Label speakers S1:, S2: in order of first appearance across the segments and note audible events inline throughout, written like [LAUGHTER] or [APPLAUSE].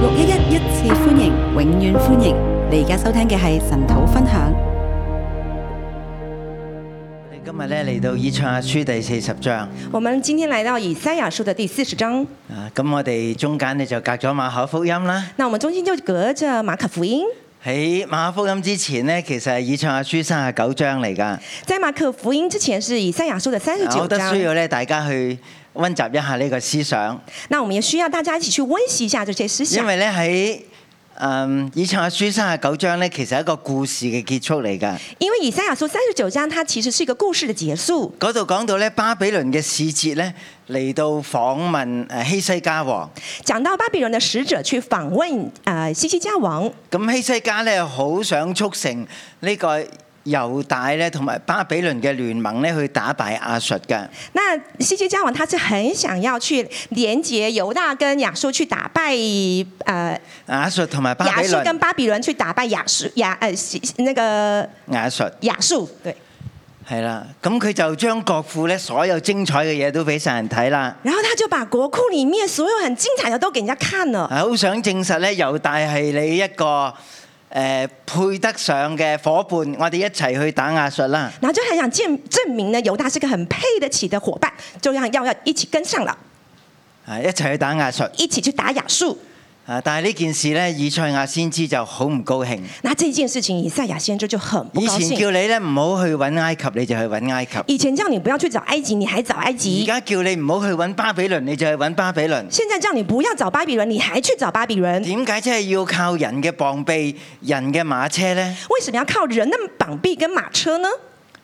S1: 六一一一次歡迎，永遠歡迎！你而家收聽嘅係神土分享。
S2: 我哋今日咧嚟到以賽亞書第四十章
S3: 我们今天来到以赛亚书的第四十章，
S2: 啊，咁我哋中間咧就隔咗馬可福音啦。
S3: 那我们中间就隔着马可福音，
S2: 喺馬可福音之前呢，其實係以賽亞書三十九章嚟㗎。啊
S3: 在马可福音之前是以赛亚书的三十
S2: 我
S3: 九
S2: 覺得需
S3: 章。
S2: 要咧大家去温習一下呢個思想，
S3: 那我们也需要大家一起去温习一下这些思
S2: 因
S3: 想，
S2: 為咧喺嗯以賽亞書三十九章咧，其實係一個故事嘅結束嚟㗎。
S3: 因为以赛亚书三十九章它其实是一个故事的结束。
S2: 嗰度講到咧巴比倫嘅使節咧嚟到訪問誒希西家王，
S3: 讲到巴比伦的使者去访问啊西西家王，
S2: 咁希西家咧好想促成呢個猶大咧同埋巴比倫嘅聯盟咧去打敗亞述嘅。
S3: 那西西家王他是很想要去连接犹大跟亚述去打败呃
S2: 亞述同埋巴
S3: 亚
S2: 比
S3: 述跟
S2: 倫，
S3: 巴比伦去打败亚述亚呃西那个
S2: 亞述
S3: 亚述对。
S2: 係啦，咁佢就將國庫咧所有精彩嘅嘢都俾晒人睇啦。
S3: 然后他就把国库里面所有很精彩的都给人家看了，
S2: 啊好想證實咧，猶大係你一個誒、呃配得上嘅伙伴，我哋一齊去打亞述啦。
S3: 然后就很想证证明呢，犹大是个很配得起的伙伴，就让要要一起跟上了，
S2: 啊，一齊去打亞述。
S3: 一起去打亚述。
S2: 啊！但係呢件事呢，以賽亞先知就好唔高興。
S3: 那这件事情，以赛亚先知就很不
S2: 以
S3: 高
S2: 前
S3: 兴。
S2: 叫你呢唔好去揾埃及，你就去揾埃及；
S3: 以前叫你不要去找埃及，你还找埃
S2: 而
S3: 及；
S2: 家叫你唔好去揾巴比倫，你就去揾巴比倫。
S3: 现在叫你不要找巴比伦，你还去找巴比伦。
S2: 點解真係要靠人嘅膀臂、人嘅馬車呢？
S3: 为什么要靠人的膀臂跟马车呢？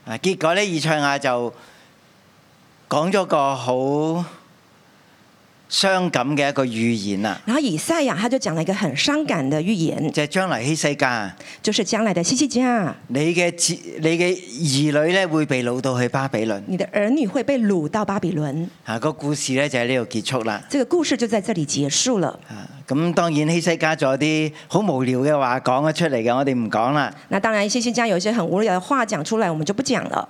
S2: 啊！結果呢，以賽亞就講咗個好傷感嘅一個預言啦，
S3: 然后以赛亚他就讲了一个很伤感的预言，
S2: 就係、將來希西家，
S3: 就是将来的西西家，
S2: 你嘅子你嘅兒女呢會被擄到去巴比倫。
S3: 你的儿女会被掳到巴比伦。
S2: 啊！個故事呢就喺呢度結束啦。
S3: 这个故事就在这里结束了。
S2: 啊咁當然希西家仲有啲好無聊嘅話講咗出嚟嘅，我哋唔講啦。
S3: 那当然，谢谢家有一些很无聊的话讲出来，我们就不讲了。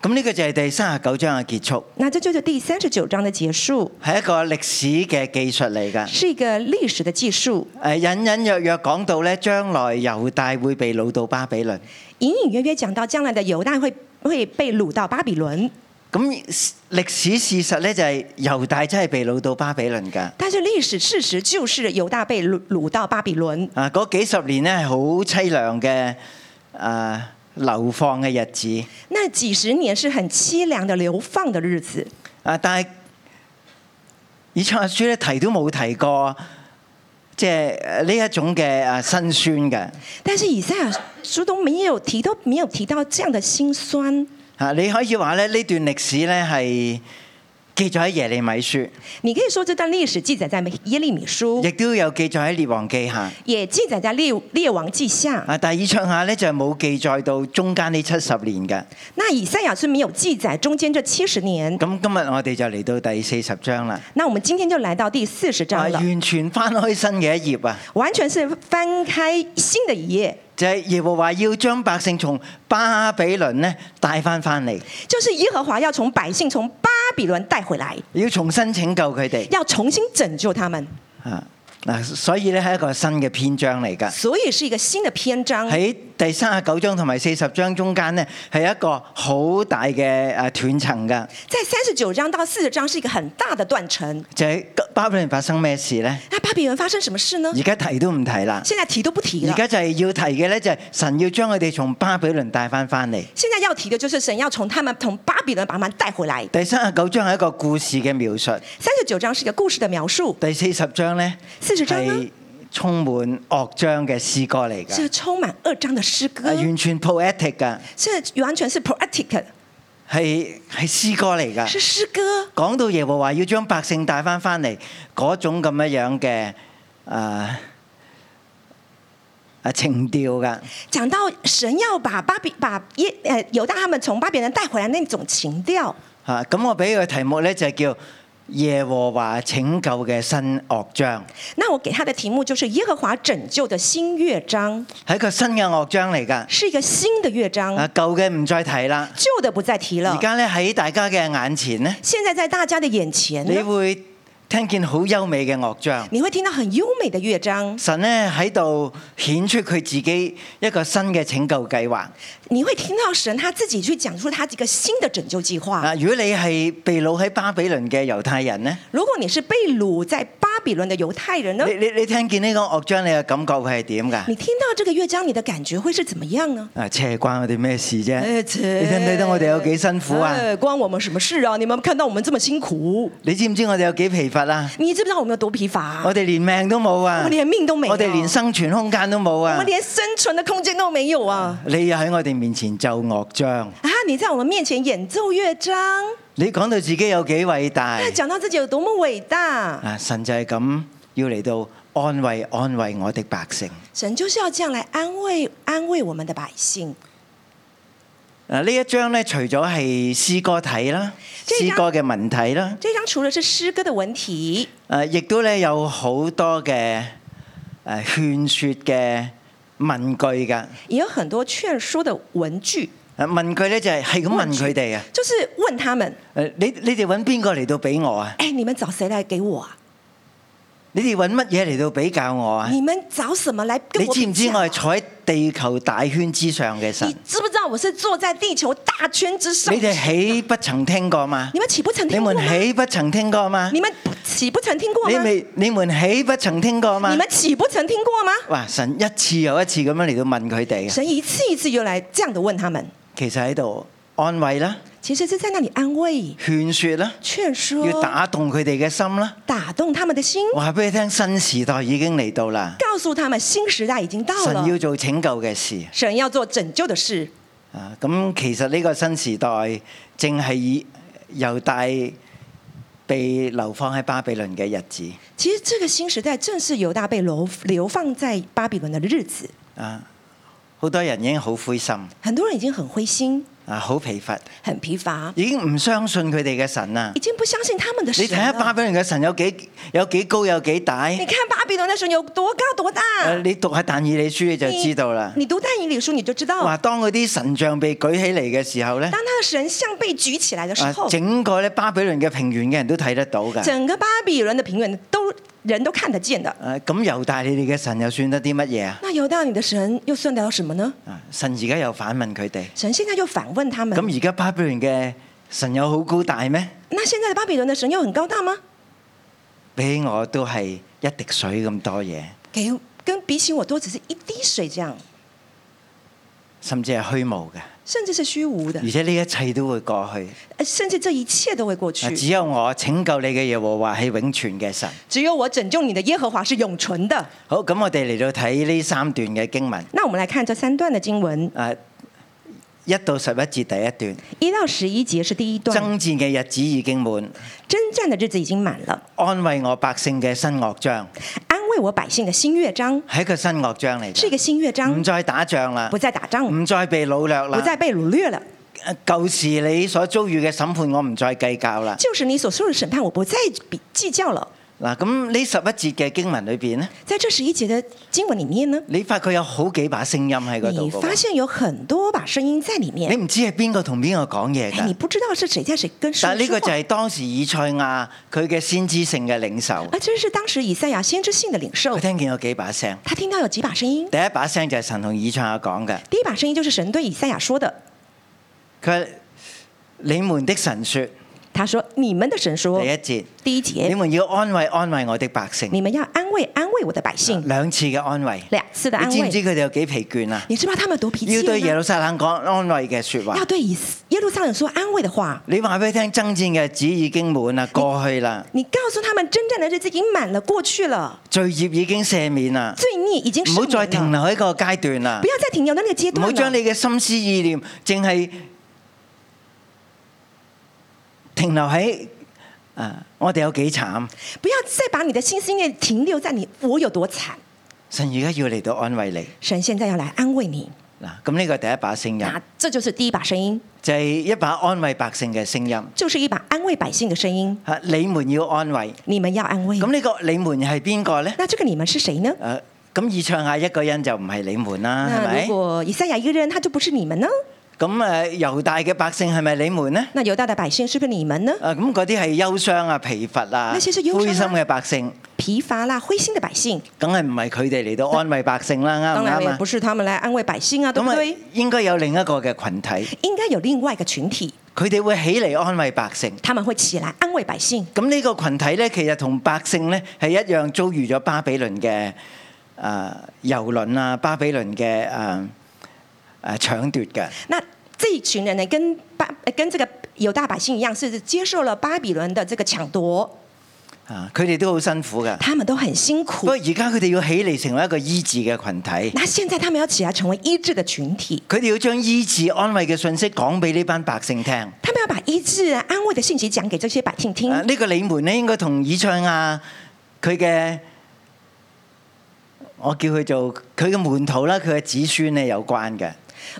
S2: 咁呢個就係第三十九章嘅結束，
S3: 那这就是第三十九章的结束，
S2: 係一個歷史嘅技術嚟㗎。
S3: 是一個歷史的技術，
S2: 誒隱隱約約講到咧，將來猶大會被擄到巴比倫。
S3: 隱隱約約講到將來的猶大會会被掳到巴比倫，
S2: 咁歷史事實咧就係猶大真係被擄到巴比倫㗎。
S3: 但是歷史事實就是猶大被掳掳到巴比倫。
S2: 啊，嗰幾十年咧係好凄涼嘅啊流放嘅日子。
S3: 那幾十年是很凄涼的流放的日子，
S2: 啊，但係以賽亞書咧提都冇提過，即係呢一種嘅啊辛酸嘅。
S3: 但是以赛亞書都沒有提，都沒有提到這樣的辛酸。
S2: 啊，你可以話咧呢段歷史咧係記咗喺耶利米書，
S3: 你可以說這段歷史記載在耶利米書，
S2: 亦都有記載喺列王記下。
S3: 也記載在列列王記下。
S2: 啊，但係以賽亞咧就冇記載到中間呢七十年嘅。
S3: 那以赛亚是没有记载中间这七十年。
S2: 咁今日我哋就嚟到第四十章啦，
S3: 那我们今天就来到第四十
S2: 啊，
S3: 章了，
S2: 完全翻開新嘅一頁啊！
S3: 完全是翻开新的一页，
S2: 就係、耶和華要將百姓從巴比倫咧帶翻翻嚟，
S3: 就是耶和华要从百姓从巴比伦带回来，
S2: 要重新拯救佢哋。
S3: 要重新拯救他们，
S2: 啊，嗱，所以咧係一個新嘅篇章嚟㗎。
S3: 所以是一个新的篇章。
S2: 喺第三十九章同埋四十章中間呢，係一個好大嘅誒斷層㗎。
S3: 在三十九章到四十章是一个很大的断层。
S2: 就係巴比倫發生咩事呢？
S3: 那巴比伦发生什么事呢？
S2: 而家提都唔提啦。
S3: 现在提都不提
S2: 而
S3: 了。
S2: 家就係要提嘅呢，就係神要將佢哋從巴比倫帶翻翻嚟。
S3: 现在要提的就是神要从他们从巴比伦把他们带回来。
S2: 第三十九章係一個故事嘅描述，
S3: 三十九章是一个故事的描述，
S2: 第四十章呢，
S3: 40章呢
S2: 係充滿樂章嘅詩歌嚟
S3: 是
S2: 㗎，
S3: 充满二章的诗歌
S2: 係，完全 poetic 㗎，
S3: 是完全是 poetic 的。
S2: 係係詩歌嚟㗎。
S3: 是诗歌。
S2: 講到耶和華要將百姓帶翻翻嚟嗰種咁樣樣嘅啊啊情調㗎，
S3: 讲到神要把巴比把耶呃犹大他们从巴比伦带回来那种情调，
S2: 嚇、咁我俾佢嘅題目呢，就係叫耶和華拯救嘅新樂章，
S3: 那我给他的題目就是耶和華拯救的新樂章，
S2: 係一個新嘅樂章嚟㗎。
S3: 是一個新的樂章，
S2: 啊舊嘅唔再提啦，
S3: 舊的不再提
S2: 而
S3: 了。
S2: 家呢，喺大家嘅眼前呢，
S3: 嗯現在在大家的眼前呢，
S2: 你會聽見好優美嘅樂章。
S3: 你会听到很优美的乐章，
S2: 神咧喺度顯出佢自己一個新嘅拯救計
S3: 啊
S2: 劃。
S3: 你会听到神他自己去讲出他一个新的拯救计划。
S2: 啊，如果你係被擄喺巴比倫嘅猶太人呢，
S3: 如果你是被掳在巴比伦的犹太人呢
S2: 你，你你聽見呢個樂章，你嘅感覺會係點㗎？
S3: 你听到这个乐章，你的感觉会是怎么样呢？
S2: 啊，車關我哋咩事啫？
S3: 哎
S2: 你
S3: 切
S2: 睇唔睇到我哋有幾辛苦啊？
S3: 哎关我们什么事啊？你们看到我们这么辛苦，
S2: 你知唔知我哋有幾疲乏啊？
S3: 你知不知道我们有多疲乏？啊
S2: 我哋連命都冇啊！
S3: 我連命都沒有
S2: 我哋連生存空間都冇
S3: 我
S2: 啊
S3: 们！连生存的空间都没有啊！
S2: 你又喺我哋面前奏樂章，
S3: 啊，你在我们面前演奏乐章，
S2: 你講到自己有幾偉大
S3: 那讲到自己有多么伟大，
S2: 啊！神就係咁要嚟到安慰安慰我的百姓。
S3: 神就是要这样来安慰安慰我们的百姓。
S2: 啊！呢一章咧，除咗係詩歌體啦，
S3: 即係
S2: 詩歌嘅文體啦，
S3: 这张除了是诗歌的文体，
S2: 誒，亦都咧有好多嘅誒勸説嘅問句㗎。
S3: 也有很多劝说的文句，
S2: 誒問句咧就係係咁問佢哋啊！
S3: 就是问他们：
S2: 誒，你你哋揾邊個嚟到俾我啊？
S3: 哎，你们找谁来给我啊？
S2: 你哋揾乜嘢嚟到比較我啊？
S3: 你们找什么来跟
S2: 你
S3: 我
S2: 知
S3: 比
S2: 唔知
S3: 较
S2: 我
S3: 啊？
S2: 係坐喺地球大圈之上嘅神
S3: 你？知不知道我是坐在地球大圈之上？
S2: 你哋岂不曾聽過嗎
S3: 你？们岂不曾
S2: 你
S3: 听过
S2: 們
S3: 吗？
S2: 豈不曾聽過嗎？
S3: 你们岂不曾听过
S2: 你
S3: 吗？
S2: 未你們豈不曾聽過嗎
S3: 你？们岂不曾听过吗？
S2: 哇！神一次又一次咁樣嚟到問佢哋啊，
S3: 神一次一次又来这样的问他们，
S2: 其實喺度安慰啦、
S3: 其实是在那里安慰、
S2: 勸说啦，
S3: 劝说，
S2: 要打哦動佢哋嘅心啦。
S3: 打动他们的心，
S2: 話俾你聽，新時代已經嚟到啦，
S3: 告诉他们新时代已经到
S2: 神
S3: 了，
S2: 要做拯救嘅事
S3: 神要做拯救的事。
S2: 啊！咁其實呢個新時代正係以猶大被流放喺巴比倫嘅日子。
S3: 其实这个新时代正是犹大被流流放在巴比伦的日子，
S2: 啊，好多人已經好灰心
S3: 很多人已经很灰心、
S2: 啊，好疲乏，
S3: 很疲乏，
S2: 已經唔相信佢哋嘅神啦
S3: 已。经不相信他们的
S2: 你
S3: 神
S2: 睇下巴
S3: 了。
S2: 比倫嘅神有幾有幾高有幾大？
S3: 你看巴比伦的神有多高多大？
S2: 誒你讀下但以理書呃你就
S3: 你
S2: 知道啦。
S3: 你读但以理书，你就知道，
S2: 話
S3: 当
S2: 當嗰啲神像被舉起嚟嘅時候呢，
S3: 他的神像被举起来的时
S2: 啊
S3: 候，
S2: 整個咧巴比倫嘅平原嘅人都睇得到㗎。
S3: 整个巴比伦的平原都人都看得见的。
S2: 誒啊咁猶大你哋嘅神又算得啲乜嘢啊？
S3: 那犹大你的神又算得了什么呢？
S2: 啊神而家又反問佢哋，
S3: 神现在又反问他们：
S2: 咁而家巴比倫嘅神有好高大咩？
S3: 那现在的巴比伦的神又很高大吗？
S2: 俾我都係一滴水咁多嘢，
S3: 给跟比起我多只是一滴水这样，
S2: 甚至係虛無嘅。
S3: 甚至是虚无的
S2: 而，且呢一切都會過去，
S3: 呃甚至这一切都会过去。
S2: 只有我拯救你嘅耶和華係永存嘅神。
S3: 只有我拯救你的耶和华是永存的。
S2: 好，咁我哋嚟到睇呢三段嘅經文，
S3: 那我们来看这三段的经文，
S2: 啊，一到十一節第一段，
S3: 一到十一节是第一段，
S2: 爭戰嘅日子已經滿，
S3: 征战的日子已经满了，
S2: 安慰我百姓嘅新樂章，
S3: 安慰我百姓的新乐章
S2: 係一個新樂章嚟
S3: 是一
S2: 㗎，
S3: 个新乐章
S2: 唔，再打仗啦
S3: 不，再打仗，
S2: 唔再被掳掠
S3: 不再
S2: 啦，
S3: 被掳掠了。
S2: 舊時你所遭遇嘅審判，我唔再計較啦。
S3: 就是你所受的审判，我不再比计较了。
S2: 嗱，咁呢十一節嘅經文裏邊呢，
S3: 在这十一节的经文里面呢，
S2: 你發覺有好幾把聲音喺嗰度
S3: 你
S2: 㗎
S3: 发
S2: 喎，
S3: 现有很多把声音在里
S2: 你
S3: 面，
S2: 唔知係邊個同邊個講嘢
S3: 哎，
S2: 㗎
S3: 你。不知道是谁在谁跟谁
S2: 但呢
S3: 说
S2: 個就
S3: 话。
S2: 係當時以賽亞佢嘅先知性嘅領袖，
S3: 啊，这是当时以赛亚先知性的领
S2: 佢
S3: 受，
S2: 聽見有幾把聲。
S3: 他听到有几把声音。
S2: 第一把聲就係神同以賽亞講嘅，
S3: 第一把声音就是神对以赛亚说的，
S2: 佢話你們的神說
S3: 他说：“你们的神说
S2: 第一，節，
S3: 第一
S2: 你
S3: 节，
S2: 們要安慰安慰我的百姓，
S3: 你们要安慰安慰我的百姓。
S2: 兩次嘅安慰”。
S3: 两次的安
S2: 嗯你知唔知
S3: 慰，
S2: 佢哋有幾疲倦啊？
S3: 你知不知道他啊们有多脾气
S2: 要對耶
S3: 呢
S2: 路撒冷講安慰嘅説話
S3: 要。对以斯耶路撒冷说安慰的话，
S2: 你話俾佢聽，爭戰嘅日子已經滿啦，過去啦，
S3: 你告诉他们，征战的日子已经满了，过去了，
S2: 罪孽已經赦免啦，
S3: 罪孽已经
S2: 唔
S3: 赦
S2: 好再
S3: 免
S2: 停
S3: 了，
S2: 留喺個階段啊啦
S3: 不。要再停留在那个阶
S2: 唔好
S3: 段
S2: 將你
S3: 了，
S2: 嘅心思意念淨係停留喺啊！我哋有幾慘，
S3: 不要再把你的心心念停留在你我有多惨。
S2: 神而家要嚟到安慰你
S3: 神现在要来安慰你，
S2: 嗱。咁呢個第一把聲音
S3: 那这就是第一把声音，
S2: 就係一把安慰百姓嘅聲音
S3: 就是一把安慰百姓的声音。
S2: 嚇，你們要安慰。
S3: 你们要安慰，
S2: 咁呢個你們係邊個呢？
S3: 那这个你们是谁呢？
S2: 誒，咁以唱下一個人就唔係你們啦，係
S3: 那如
S2: 咪？
S3: 果以赛亚一个人，他就不是你们呢？
S2: 咁誒猶大嘅百姓係咪你們呢？
S3: 那犹大的百姓是不是你们呢？
S2: 誒咁嗰啲係憂傷啊、疲乏啊、
S3: 那
S2: 灰
S3: 些是憂傷啊
S2: 心嘅百姓，
S3: 疲乏啦、灰心的百姓，
S2: 梗係唔係佢哋嚟到安慰百姓啦，啱
S3: 当
S2: 唔
S3: 然
S2: 啱
S3: 也
S2: 啊
S3: 不？是他们来安慰百姓啊，对不
S2: 咁
S3: 对
S2: 啊？，應該有另一個嘅群體，
S3: 应该有另外一个群体，
S2: 佢哋會起嚟安慰百姓。
S3: 他们会起来安慰百姓。
S2: 咁呢個群體咧，其實同百姓咧係一樣遭遇咗巴比倫嘅誒遊輪啊、巴比倫嘅誒誒搶奪嘅。
S3: 那这一群人呢，跟巴呃跟这个犹大百姓一样，是接受了巴比伦的这个抢夺，
S2: 啊，佢哋都好辛苦㗎。
S3: 他们都很辛
S2: 不
S3: 苦
S2: 過。而家佢哋要起嚟成為一個醫治嘅群體，
S3: 那现在他们要起来成为医治的群体，
S2: 佢哋要將醫治安慰嘅信息講俾呢班百姓聽。啊
S3: 他们要把医治啊、安慰的信息讲给这些百姓听。
S2: 呢、個你們咧應該同以賽亞佢嘅，我叫佢做佢嘅門徒啦，佢嘅子孫咧有關嘅。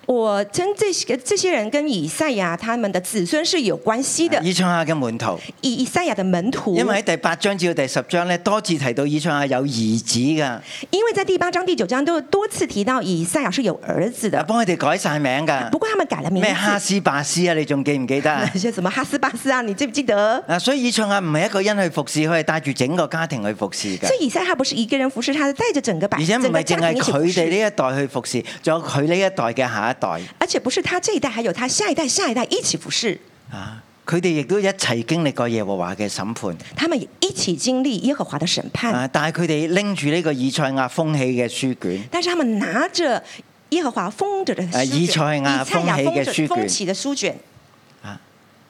S3: 我跟这些这些人跟以赛亚他们的子孙是有关系的，
S2: 以賽亞嘅門徒。
S3: 以以赛亚的门徒。
S2: 嗯因為喺第八章至到第十章咧，多次提到以賽亞有兒子㗎，
S3: 因为在第八章、第九章都多次提到以赛亚是有儿子
S2: 啊
S3: 的，
S2: 幫佢哋改晒名㗎，
S3: 不过他们改了名字
S2: 咩，哈斯巴斯啊，你仲記唔記
S3: [LAUGHS]
S2: 得啊？
S3: 有些什么哈斯巴斯啊，你记不记得？
S2: 啊，所以以賽亞唔係一個人去服侍，佢係帶住整個家庭去服侍㗎
S3: 所，以以赛亚他不是一个人服侍，他是带着整个百
S2: 而且
S3: 整
S2: 唔
S3: 个
S2: 係
S3: 家
S2: 淨係
S3: 庭一起服
S2: 佢哋
S3: 侍，
S2: 呢一代去服侍，仲有佢呢一代嘅下一代
S3: 而且不是他这一代，还有他下一代、下一代一起服侍，
S2: 啊，佢哋亦都一齊經歷過耶和華嘅審判
S3: 他们也一起经历耶和华的审判，
S2: 啊，但係佢哋拎住呢個以賽亞風起嘅書卷。
S3: 但是他们拿着耶和华封着的
S2: 啊
S3: 书卷，
S2: 以赛亚
S3: 以赛亚
S2: 封起嘅
S3: 封着
S2: 书卷
S3: 封起的书卷，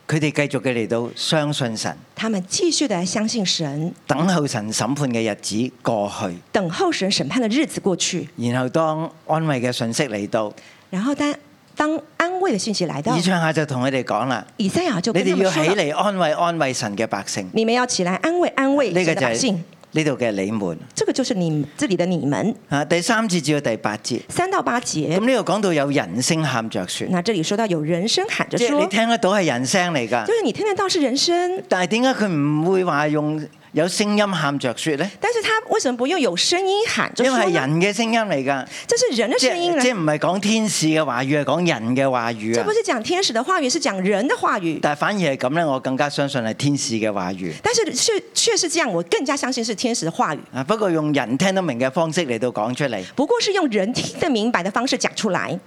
S2: 佢哋繼續嘅嚟到相信神，
S3: 他们继续的相信神，
S2: 等候神審判嘅日子過去。
S3: 等候神审判的日子过去，
S2: 然後當安慰嘅信息嚟到，
S3: 然后当当安慰的讯息来到
S2: 以，賽亞就同佢哋講啦：，
S3: 以赛亚就
S2: 你
S3: 跟他
S2: 哋要
S3: 们
S2: 起
S3: 说了。
S2: 嚟安慰安慰神嘅百姓。
S3: 你们要起来安慰安慰
S2: 呢
S3: 这
S2: 個
S3: 个
S2: 就
S3: 百
S2: 係
S3: 姓，
S2: 呢度嘅你們
S3: 这个就是你这里的你们
S2: 啊。第三節至到第八節，
S3: 三到八
S2: 咁
S3: 节。
S2: 呢度講到有人聲喊着説，
S3: 那这里说到有人声喊着
S2: 即係
S3: 说
S2: 你，聽得到係人聲嚟
S3: 就
S2: 㗎。
S3: 是你听得到是人声，
S2: 但係點解佢唔會話用有聲音喊着説呢？
S3: 但是他为什么不用有声音喊着
S2: 因為
S3: 说
S2: 係
S3: 呢？
S2: 人嘅聲音嚟㗎，
S3: 这是人的
S2: 即
S3: 声音
S2: 係即
S3: 呢？
S2: 係唔係講天使嘅話語，係講人嘅話語
S3: 这
S2: 啊
S3: 不。是讲天使的话语，是讲人的话语。
S2: 但係反而係咁呢，我更加相信係天使嘅話語
S3: 但是确确实这样，我更加相信是天使的话语，
S2: 啊。不過用人聽得明嘅方式嚟到講出嚟。
S3: 不过是用人听得明白的方式讲出来。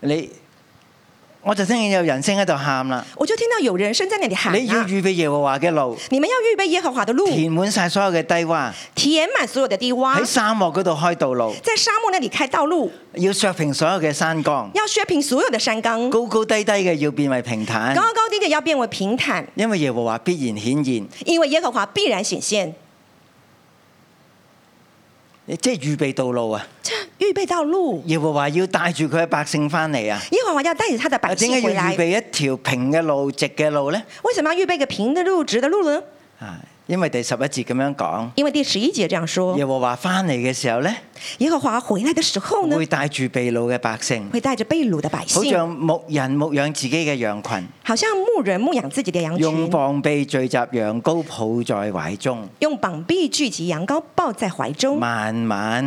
S2: 你我就聽見有人聲喺度喊啦。
S3: 我就听到有人声在那里喊、
S2: 你要
S3: 啊
S2: 預備耶和華嘅路，：“
S3: 你们要预备耶和华的路，
S2: 填滿晒所有嘅低
S3: 啊
S2: 洼，
S3: 填满所有的低
S2: 喺
S3: 洼，
S2: 沙漠嗰度開道路，
S3: 在沙漠那里开道路，
S2: 要削平所有嘅山崗，
S3: 要削平所有的山冈。”
S2: 高高低低嘅要變為平坦，
S3: 高高低低要变为平坦，
S2: 因為耶和華必然顯現。
S3: 因为耶和华必然显现。
S2: 即係預備道路啊！
S3: 这预备道路，
S2: 耶和華要帶住佢嘅百姓翻嚟啊！
S3: 耶和华要带着他的百
S2: 點
S3: 姓回
S2: 解啊要預
S3: 来。
S2: 備一條平嘅路、直嘅路呢？
S3: 为什么要预备个平的路、直的路呢？
S2: 啊，因為第十一節咁樣講，
S3: 因为第十一节这样说
S2: 耶，和華翻嚟嘅時候呢，
S3: 耶和华回来的时候呢
S2: 會，帶住被掳嘅百姓，
S3: 会带着被掳的百
S2: 好
S3: 姓，
S2: 像牧人牧養自己嘅羊群。
S3: 好像牧人牧养自己的羊
S2: 用
S3: 群，
S2: 膀臂聚集羊羔，抱在懷中，
S3: 用膀臂聚集羊羔，抱在怀中，
S2: 慢慢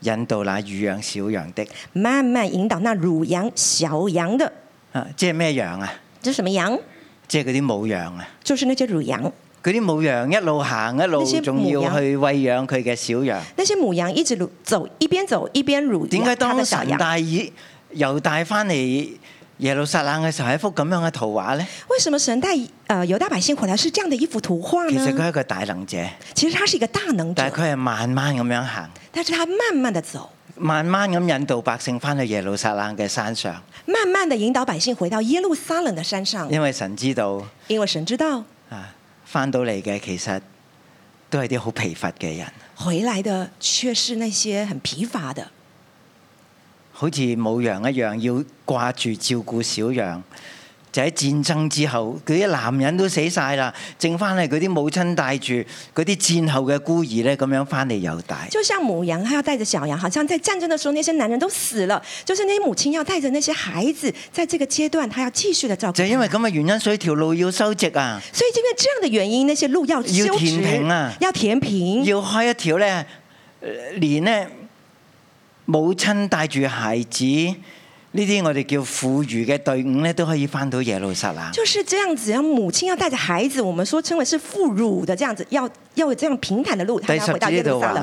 S2: 引導那乳養小羊的。
S3: 慢慢引导那乳羊、小羊的，
S2: 啊，即係咩羊啊？
S3: 这是什么羊？
S2: 即係嗰啲母羊啊！
S3: 就是那些乳羊。
S2: 嗰啲母羊一路行一路
S3: 呢啲，
S2: 仲要
S3: 母羊
S2: 去餵養佢嘅小羊。
S3: 那些母羊一直乳走，一边走一边乳
S2: 點解
S3: 养它
S2: 當
S3: 的小
S2: 神
S3: 羊。
S2: 帶以猶大翻嚟耶路撒冷嘅時候，係一幅咁樣嘅圖畫呢？
S3: 为什么神带呃犹大百姓回来是这样的一幅图画
S2: 其實
S3: 呢？
S2: 佢係一個大能者，
S3: 其实他是一个大能
S2: 但
S3: 者，
S2: 係佢係慢慢咁樣行，
S3: 但是他慢慢的走，
S2: 慢慢咁引導百姓翻去耶路撒冷嘅山上，
S3: 慢慢的引导百姓回到耶路撒冷的山上，
S2: 因為神知道。
S3: 因为神知道
S2: 啊，翻到嚟嘅其實都係啲好疲乏嘅人，
S3: 回来的却是那些很疲乏的，
S2: 好似母羊一樣，要掛住照顧小羊。就喺戰爭之後，嗰啲男人都死晒啦，剩翻係嗰啲母親帶住嗰啲戰後嘅孤兒咧，咁樣翻嚟又大。
S3: 就像母羊，它要带着小羊，好像在战争的时候，那些男人都死了，就是那些母亲要带着那些孩子，在这个阶段，她要继续的照顾
S2: 就
S3: 他
S2: 係
S3: 们。
S2: 因為咁嘅原因，所以條路要修直啊，
S3: 所以，因为这样的原因，那些路要修
S2: 要填
S3: 直
S2: 平啊
S3: 要填平，
S2: 要開一條咧，呃連咧母親帶住孩子呢啲我哋叫富裕嘅隊伍咧，都可以翻到耶路撒冷。
S3: 就是这样子，母亲要带着孩子，我们说称为是妇孺的这样子，要要有这样平坦的路，他们要回到耶路撒冷。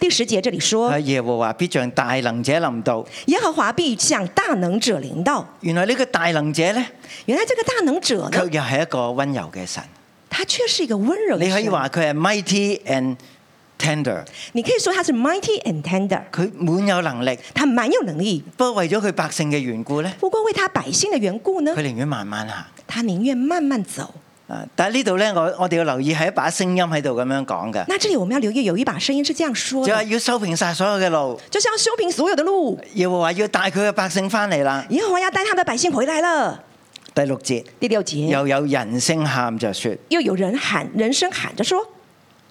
S3: 第十节这里说
S2: 啊，耶和華必像大能者臨到。
S3: 耶和華必向大能者臨到。
S2: 原來呢個大能者咧，
S3: 原來這個大能者
S2: 卻
S3: 呢，
S2: 又係一個温柔嘅神。
S3: 他却是一個温柔的
S2: 你可
S3: 神
S2: 以。話佢係 mighty and tender，
S3: 你可以說他是 mighty and tender，
S2: 佢滿有能力。
S3: 他蠻有能力。
S2: 不過為咗佢百姓嘅緣故咧，
S3: 不過為他百姓的緣故呢
S2: 佢，寧願慢慢行。
S3: 他寧願慢慢走。
S2: 啊！但係呢度咧，我我哋要留意係一把聲音喺度咁樣講嘅，
S3: 那這裡我們要留意，有一把聲音是這樣說
S2: 就係
S3: 的，
S2: 要修平晒所有嘅路，
S3: 就是要修平所有的路。
S2: 耶和華要帶佢嘅百姓翻嚟啦。
S3: 耶和華要帶他的百姓回來了。
S2: 第六節
S3: 第六節，
S2: 又有人聲喊着說：
S3: 又有人喊，人聲喊着說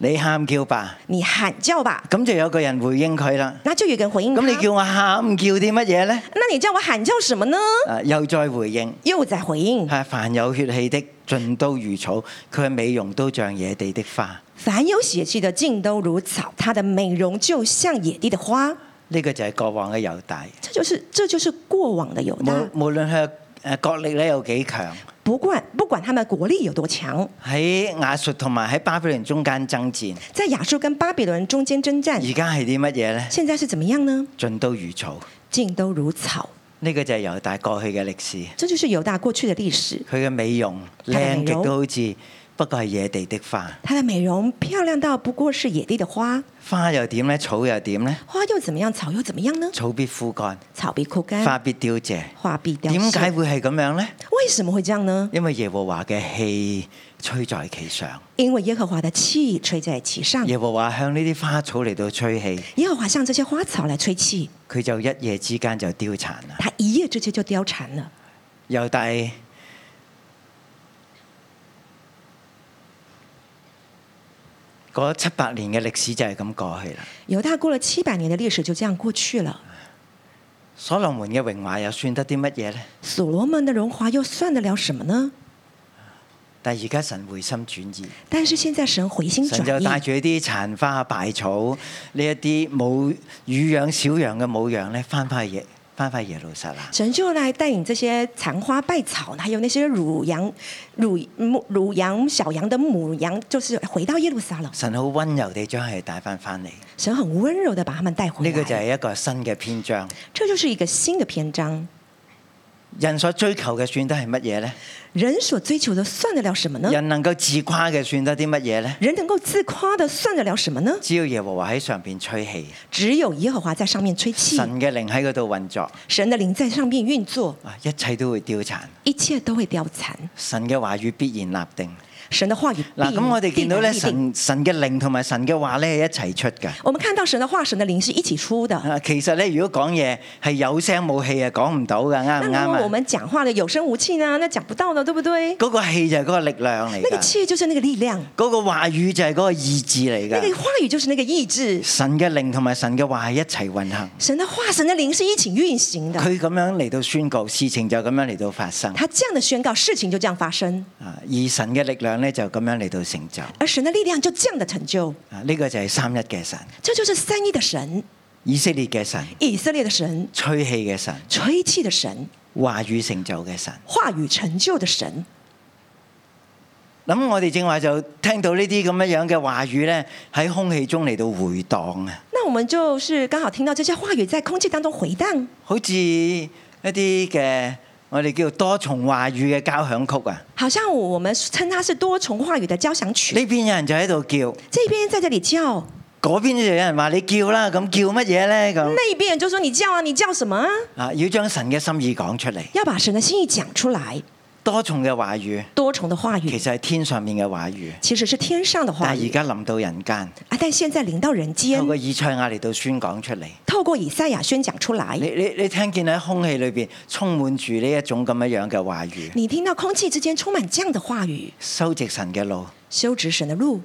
S2: 你喊叫吧。
S3: 你喊叫吧，
S2: 咁就有個人回應佢啦。
S3: 那就有一個人回應
S2: 咁
S3: 他。
S2: 嗯你叫我喊叫啲乜嘢呢？
S3: 那你叫我喊叫什麼呢？
S2: 啊，又再回應，
S3: 又在回應，
S2: 係凡有血氣的，盡都如草，佢嘅美容都像野地的花。
S3: 凡有血氣的盡都如草，它的美容就像野地的花。
S2: 呢、個就係過往嘅猶大。
S3: 這就是這就是過往的猶
S2: 無
S3: 大，
S2: 無論佢誒國力咧有幾強，
S3: 不管不管他們國力有多強，
S2: 喺亞述同埋喺巴比倫中間爭戰，
S3: 在亞述跟巴比倫中間征戰，
S2: 而家係啲乜嘢呢？
S3: 現在是怎麼樣呢？
S2: 盡都如草。
S3: 盡都如草，
S2: 呢、個就係猶大過去嘅歷史。
S3: 這就是猶大過去的歷史。
S2: 佢嘅美容
S3: 佢嘅
S2: 靚
S3: 美
S2: 極
S3: 容
S2: 都好似，不過係野地的花。
S3: 它的美容漂亮到不過是野地的花，
S2: 花又點呢？草又點呢？
S3: 花又怎麼樣，草又怎麼樣呢？
S2: 草必枯乾，
S3: 草必枯乾，
S2: 花必凋謝。
S3: 花必凋
S2: 點解
S3: 謝。
S2: 會係咁樣呢？
S3: 為什麼會這樣呢？
S2: 因為耶和華嘅氣吹在其上，
S3: 因為耶和華的氣吹在其上，
S2: 耶和華向呢啲花草嚟到吹氣，
S3: 耶和華向這些花草來吹氣，
S2: 佢就一夜之間就凋殘啦。
S3: 它一夜之間就凋殘了。
S2: 猶大喺嗰七百年嘅歷史就係咁過去啦。
S3: 猶大過了七百年的歷史就這樣過去了。
S2: 所羅門嘅榮華又算得啲乜嘢呢？
S3: 所羅門的榮華又算得了什麼呢？
S2: 但係而家神回心轉意，
S3: 但是現在神回心
S2: 神就帶
S3: 轉意，
S2: 住一啲殘花敗草呢一啲母乳養小羊嘅母羊咧，翻返去耶翻返去耶路撒冷。
S3: 神就來帶領這些殘花敗草，還有那些乳羊、乳母、乳羊、小羊的母羊，就是回到耶路撒冷。
S2: 神好温柔地將佢哋帶翻翻嚟，呢、
S3: 神很溫柔的把他們帶回來。
S2: 個就係一個新嘅篇章。
S3: 這就是一個新的篇章。
S2: 人所追求嘅算得係乜嘢呢？
S3: 人所追求的算得了什麼呢？
S2: 人能夠自誇嘅算得啲乜嘢呢？
S3: 人能夠自誇的算得了什麼呢？
S2: 只要耶和華喺上邊吹氣，
S3: 只有耶和華在上面吹氣，
S2: 神嘅靈喺嗰度運作，
S3: 神的靈在上面運作，
S2: 啊一切都會凋殘。
S3: 一切都會凋殘。
S2: 神嘅話語必然立定。
S3: 神的話語必
S2: 嗱，咁我哋見到咧，
S3: 必然必定啊
S2: 神神嘅靈同埋神嘅話咧係一齊出嘅。
S3: 我們看到神的話、神的靈是一起出的。
S2: 啊，其實咧，如果講嘢係有聲冇氣啊，講唔到㗎，啱
S3: 那
S2: 唔
S3: 如果我
S2: 啱啊？
S3: 們講話的有聲無氣呢？那講不到的，對不對？
S2: 嗰個氣就係嗰個力量嚟
S3: 那個
S2: 㗎，
S3: 氣就是那個力量，
S2: 嗰個話語就係嗰個意志嚟
S3: 那
S2: 㗎
S3: 個。話語就是那個意志。
S2: 神嘅靈同埋神嘅話係一齊運行。
S3: 神的話、神的靈是一起運行的。
S2: 佢咁樣嚟到宣告，事情就咁樣嚟到發生。
S3: 他這樣的宣告，事情就這樣發生，
S2: 啊，而神嘅力量咧就咁樣嚟到成就。
S3: 而神的力量就這樣的成就。
S2: 啊，呢個就係三一嘅神，
S3: 這就是三一的神、
S2: 以色列嘅神，
S3: 以色列的神、
S2: 吹氣嘅神，
S3: 吹氣的神、
S2: 話語成就嘅神。
S3: 話語成就的神。
S2: 咁我哋正話就聽到呢啲咁樣樣嘅話語咧，喺空氣中嚟到回盪啊，
S3: 那我們就是剛好聽到這些話語在空氣當中回盪，
S2: 好似一啲嘅我哋叫多重話語嘅交響曲啊。
S3: 好像我們稱它是多重話語的交響曲
S2: 呢。邊有人就喺度叫，
S3: 這邊在這裡叫，
S2: 嗰邊就有人話你叫啦，咁叫乜嘢咧咁？
S3: 那邊就說你叫啊，你叫什麼啊？
S2: 啊，要將神嘅心意講出嚟。
S3: 要把神的心意講出來。
S2: 多重嘅話語，
S3: 多重的話
S2: 其
S3: 語
S2: 實係天上面嘅話語，
S3: 其實是天上的話
S2: 但係而
S3: 語
S2: 家臨到人間，
S3: 啊，但現在臨到人
S2: 透
S3: 間，
S2: 過以賽亞嚟到宣講出嚟。
S3: 透過以賽亞宣講出來
S2: 你。你你聽見喺空氣裏邊充滿住呢一種咁樣樣嘅話語，
S3: 你聽到空氣之間充滿這樣的話語，
S2: 修直神嘅路，
S3: 修直神的路，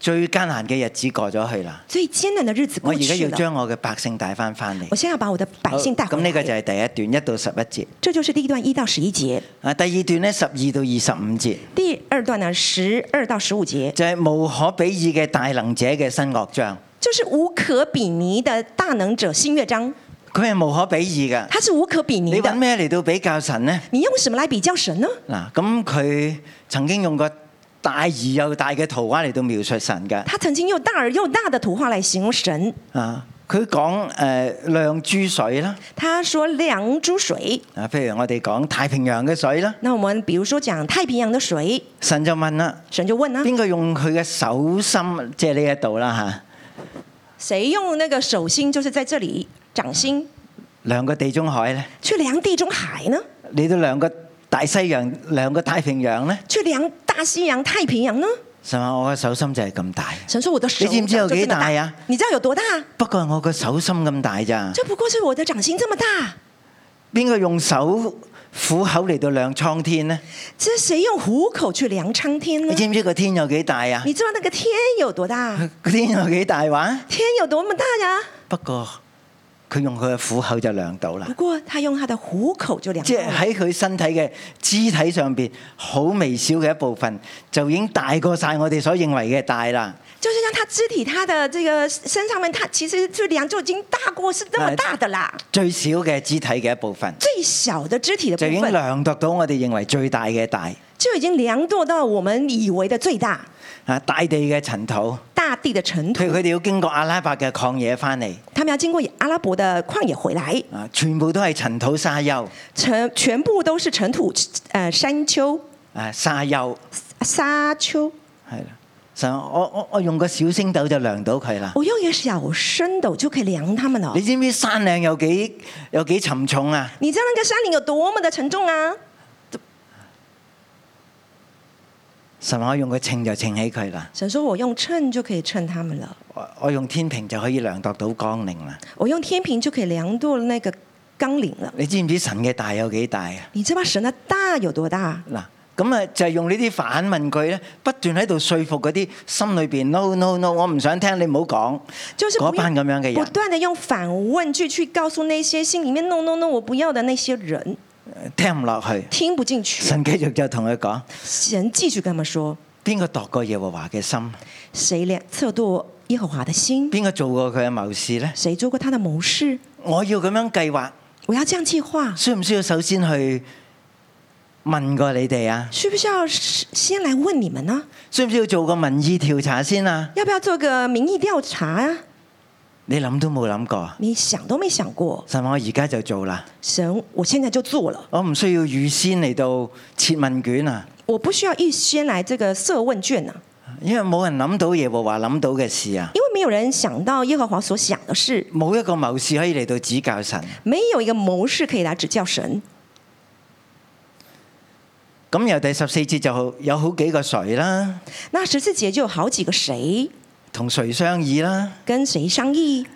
S2: 最艱難嘅日子過咗去啦。
S3: 最艱哦難的日子
S2: 我
S3: 過
S2: 而家
S3: 去
S2: 要
S3: 了。
S2: 將我嘅百姓帶翻翻嚟。
S3: 我現在要把我的百姓帶
S2: 好哦咁
S3: 回
S2: 呢個就
S3: 來。
S2: 係第一段一到十一節。
S3: 這就是第一段一到十一節，
S2: 啊，第二段呢，十二到二十五節
S3: 第二段呢十二到十五節，
S2: 就係、無可比擬嘅大能者嘅新樂章。
S3: 就是無可比擬的大能者新樂章。
S2: 佢係無可比擬嘅。
S3: 他是无可比拟
S2: 你揾
S3: 的。
S2: 咩嚟到比較神呢？
S3: 你用什么来比较神呢？
S2: 嗱，咁佢曾經用過大而又大嘅圖畫嚟到描述神嘅。
S3: 他曾经用大而又大的图画来形容神，
S2: 啊，佢講誒量珠水啦，
S3: 他说两株水。
S2: 啊，譬如我哋講太平洋嘅水啦，
S3: 那我们比如说讲太平洋的水，
S2: 神就問啦，
S3: 神就问呢、啊
S2: 邊個用佢嘅手心，即係呢一度啦嚇，
S3: 谁用那个手心，就是在这里掌心
S2: 兩個地中海咧，
S3: 去量地中海呢？
S2: 你都兩個大西洋、兩個太平洋咧，
S3: 去量大西洋、太平洋呢？
S2: 神話我嘅手心就係咁大，
S3: 神说我的手啊
S2: 你知唔知有
S3: 掌就这
S2: 几
S3: 么
S2: 大呀
S3: 你知道有多大？
S2: 不過我個手心咁大咋，
S3: 这不过是我的掌心这么大。
S2: 邊個用手虎口嚟到量蒼天呢？
S3: 这谁用虎口去量苍天呢
S2: 你？知唔知個天有幾大啊？
S3: 你知道那个天有多大？
S2: 個天有幾大話？
S3: 天有多么大呀？
S2: 不過佢用佢嘅虎口就量到啦
S3: 不。过他用他的虎口就量
S2: 即
S3: 到
S2: 係
S3: 了，
S2: 喺佢身體嘅肢體上邊，好微小嘅一部分，就已經大過晒我哋所認為嘅大啦。
S3: 就是像他肢体、他的这个身上面，他其实就量就已经大过是这么大的啦。
S2: 最小嘅肢體嘅一部分，
S3: 最小的肢体的部
S2: 就已經
S3: 分
S2: 量度到我哋認為最大嘅大。
S3: 就已经量度到我们以为的最大，
S2: 啊！大地嘅塵土，
S3: 大地的尘土
S2: 佢。佢哋要經過阿拉伯嘅曠野翻嚟，
S3: 他们要经过阿拉伯的旷野回来，
S2: 啊，全部都係塵土沙丘，
S3: 全全部都是尘土，呃，山丘、
S2: 啊，沙丘
S3: 沙丘。
S2: 係啦。神，我我我用個小星斗就量到佢啦。
S3: 我用一个小升斗就可以量他们了
S2: 你。知唔知山嶺有幾有幾沉重啊？
S3: 你知道那个山林有多么的沉重啊？
S2: 神話我用個稱就稱起佢啦。
S3: 神说：“我用秤就可以称他们了，
S2: 我我用天平就可以量度到光靈啦。
S3: 我用天平就可以量度那个纲领了。
S2: 你知唔知神嘅大有幾大啊？”
S3: 你知道神的大有多大？
S2: 嗱，咁啊就係用呢啲反問句咧，不斷喺度說服嗰啲心裏邊 no no no，我唔想聽，你唔好講
S3: 就是不
S2: 嗰班咁樣嘅
S3: 不
S2: 人，
S3: 断的用反问句去告诉那些心里面 no no no 我不要的那些人，
S2: 聽唔落去。
S3: 听不进去。
S2: 神繼續就同佢講：
S3: 神继续跟他们说：
S2: 邊個度過耶和華嘅心？
S3: 谁量测度耶和华的心？
S2: 邊個做過佢嘅謀士呢？
S3: 谁做过他的谋士？
S2: 我要咁樣計劃，
S3: 我要这样计划，
S2: 需唔需要首先去問過你哋啊？
S3: 需不需要先来问你们呢？
S2: 需唔需要做個民意調查先啊？
S3: 要不要做个民意调查啊？
S2: 你諗都冇諗過，
S3: 你想都没想过，
S2: 神話我而家就做啦。
S3: 神，我现在就做了，
S2: 我唔需要預先嚟到設問卷啊，
S3: 我不需要预先来这个设问卷呢、
S2: 因為冇人諗到耶和華諗到嘅事啊，
S3: 因为没有人想到耶和华所想的事，
S2: 冇一個謀士可以嚟到指教神。
S3: 没有一个谋士可以来指教神。
S2: 咁由第十四節就好有好幾個誰啦，
S3: 那十四节就有好几个谁
S2: 同誰商議啦，
S3: 跟谁商议，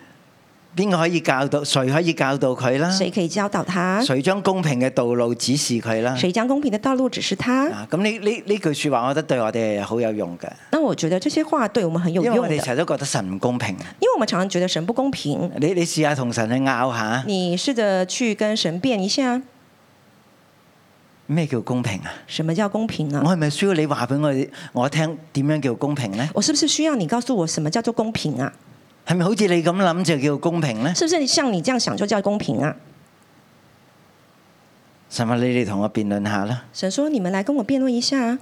S2: 邊個可以教導，誰可以教導佢啦，
S3: 谁可以教导他，
S2: 誰將公平嘅道路指示佢啦。
S3: 谁将公平的道路指示他。
S2: 啊啊，咁呢呢呢句説話，我覺得對我哋係好有用嘅，
S3: 那我觉得这些话对我们很有
S2: 因
S3: 用
S2: 為我
S3: 的，
S2: 哋成日都覺得神唔公平。啊
S3: 因为我们常常觉得神不公平。
S2: 你你試下同神去拗下，
S3: 你试着去跟神辩一下，
S2: 咩叫公平啊？
S3: 什么叫公平
S2: 我
S3: 啊？
S2: 係咪需要你話俾我哋我聽點樣叫公平呢？
S3: 我是不是需要你告诉我什么叫做公平啊？
S2: 係咪好似你咁諗就叫公平呢？
S3: 是不是像你这样想就叫公平啊？
S2: 神啊，你哋同我辯論下啦。
S3: 神说：“你们来跟我辩论一下啊。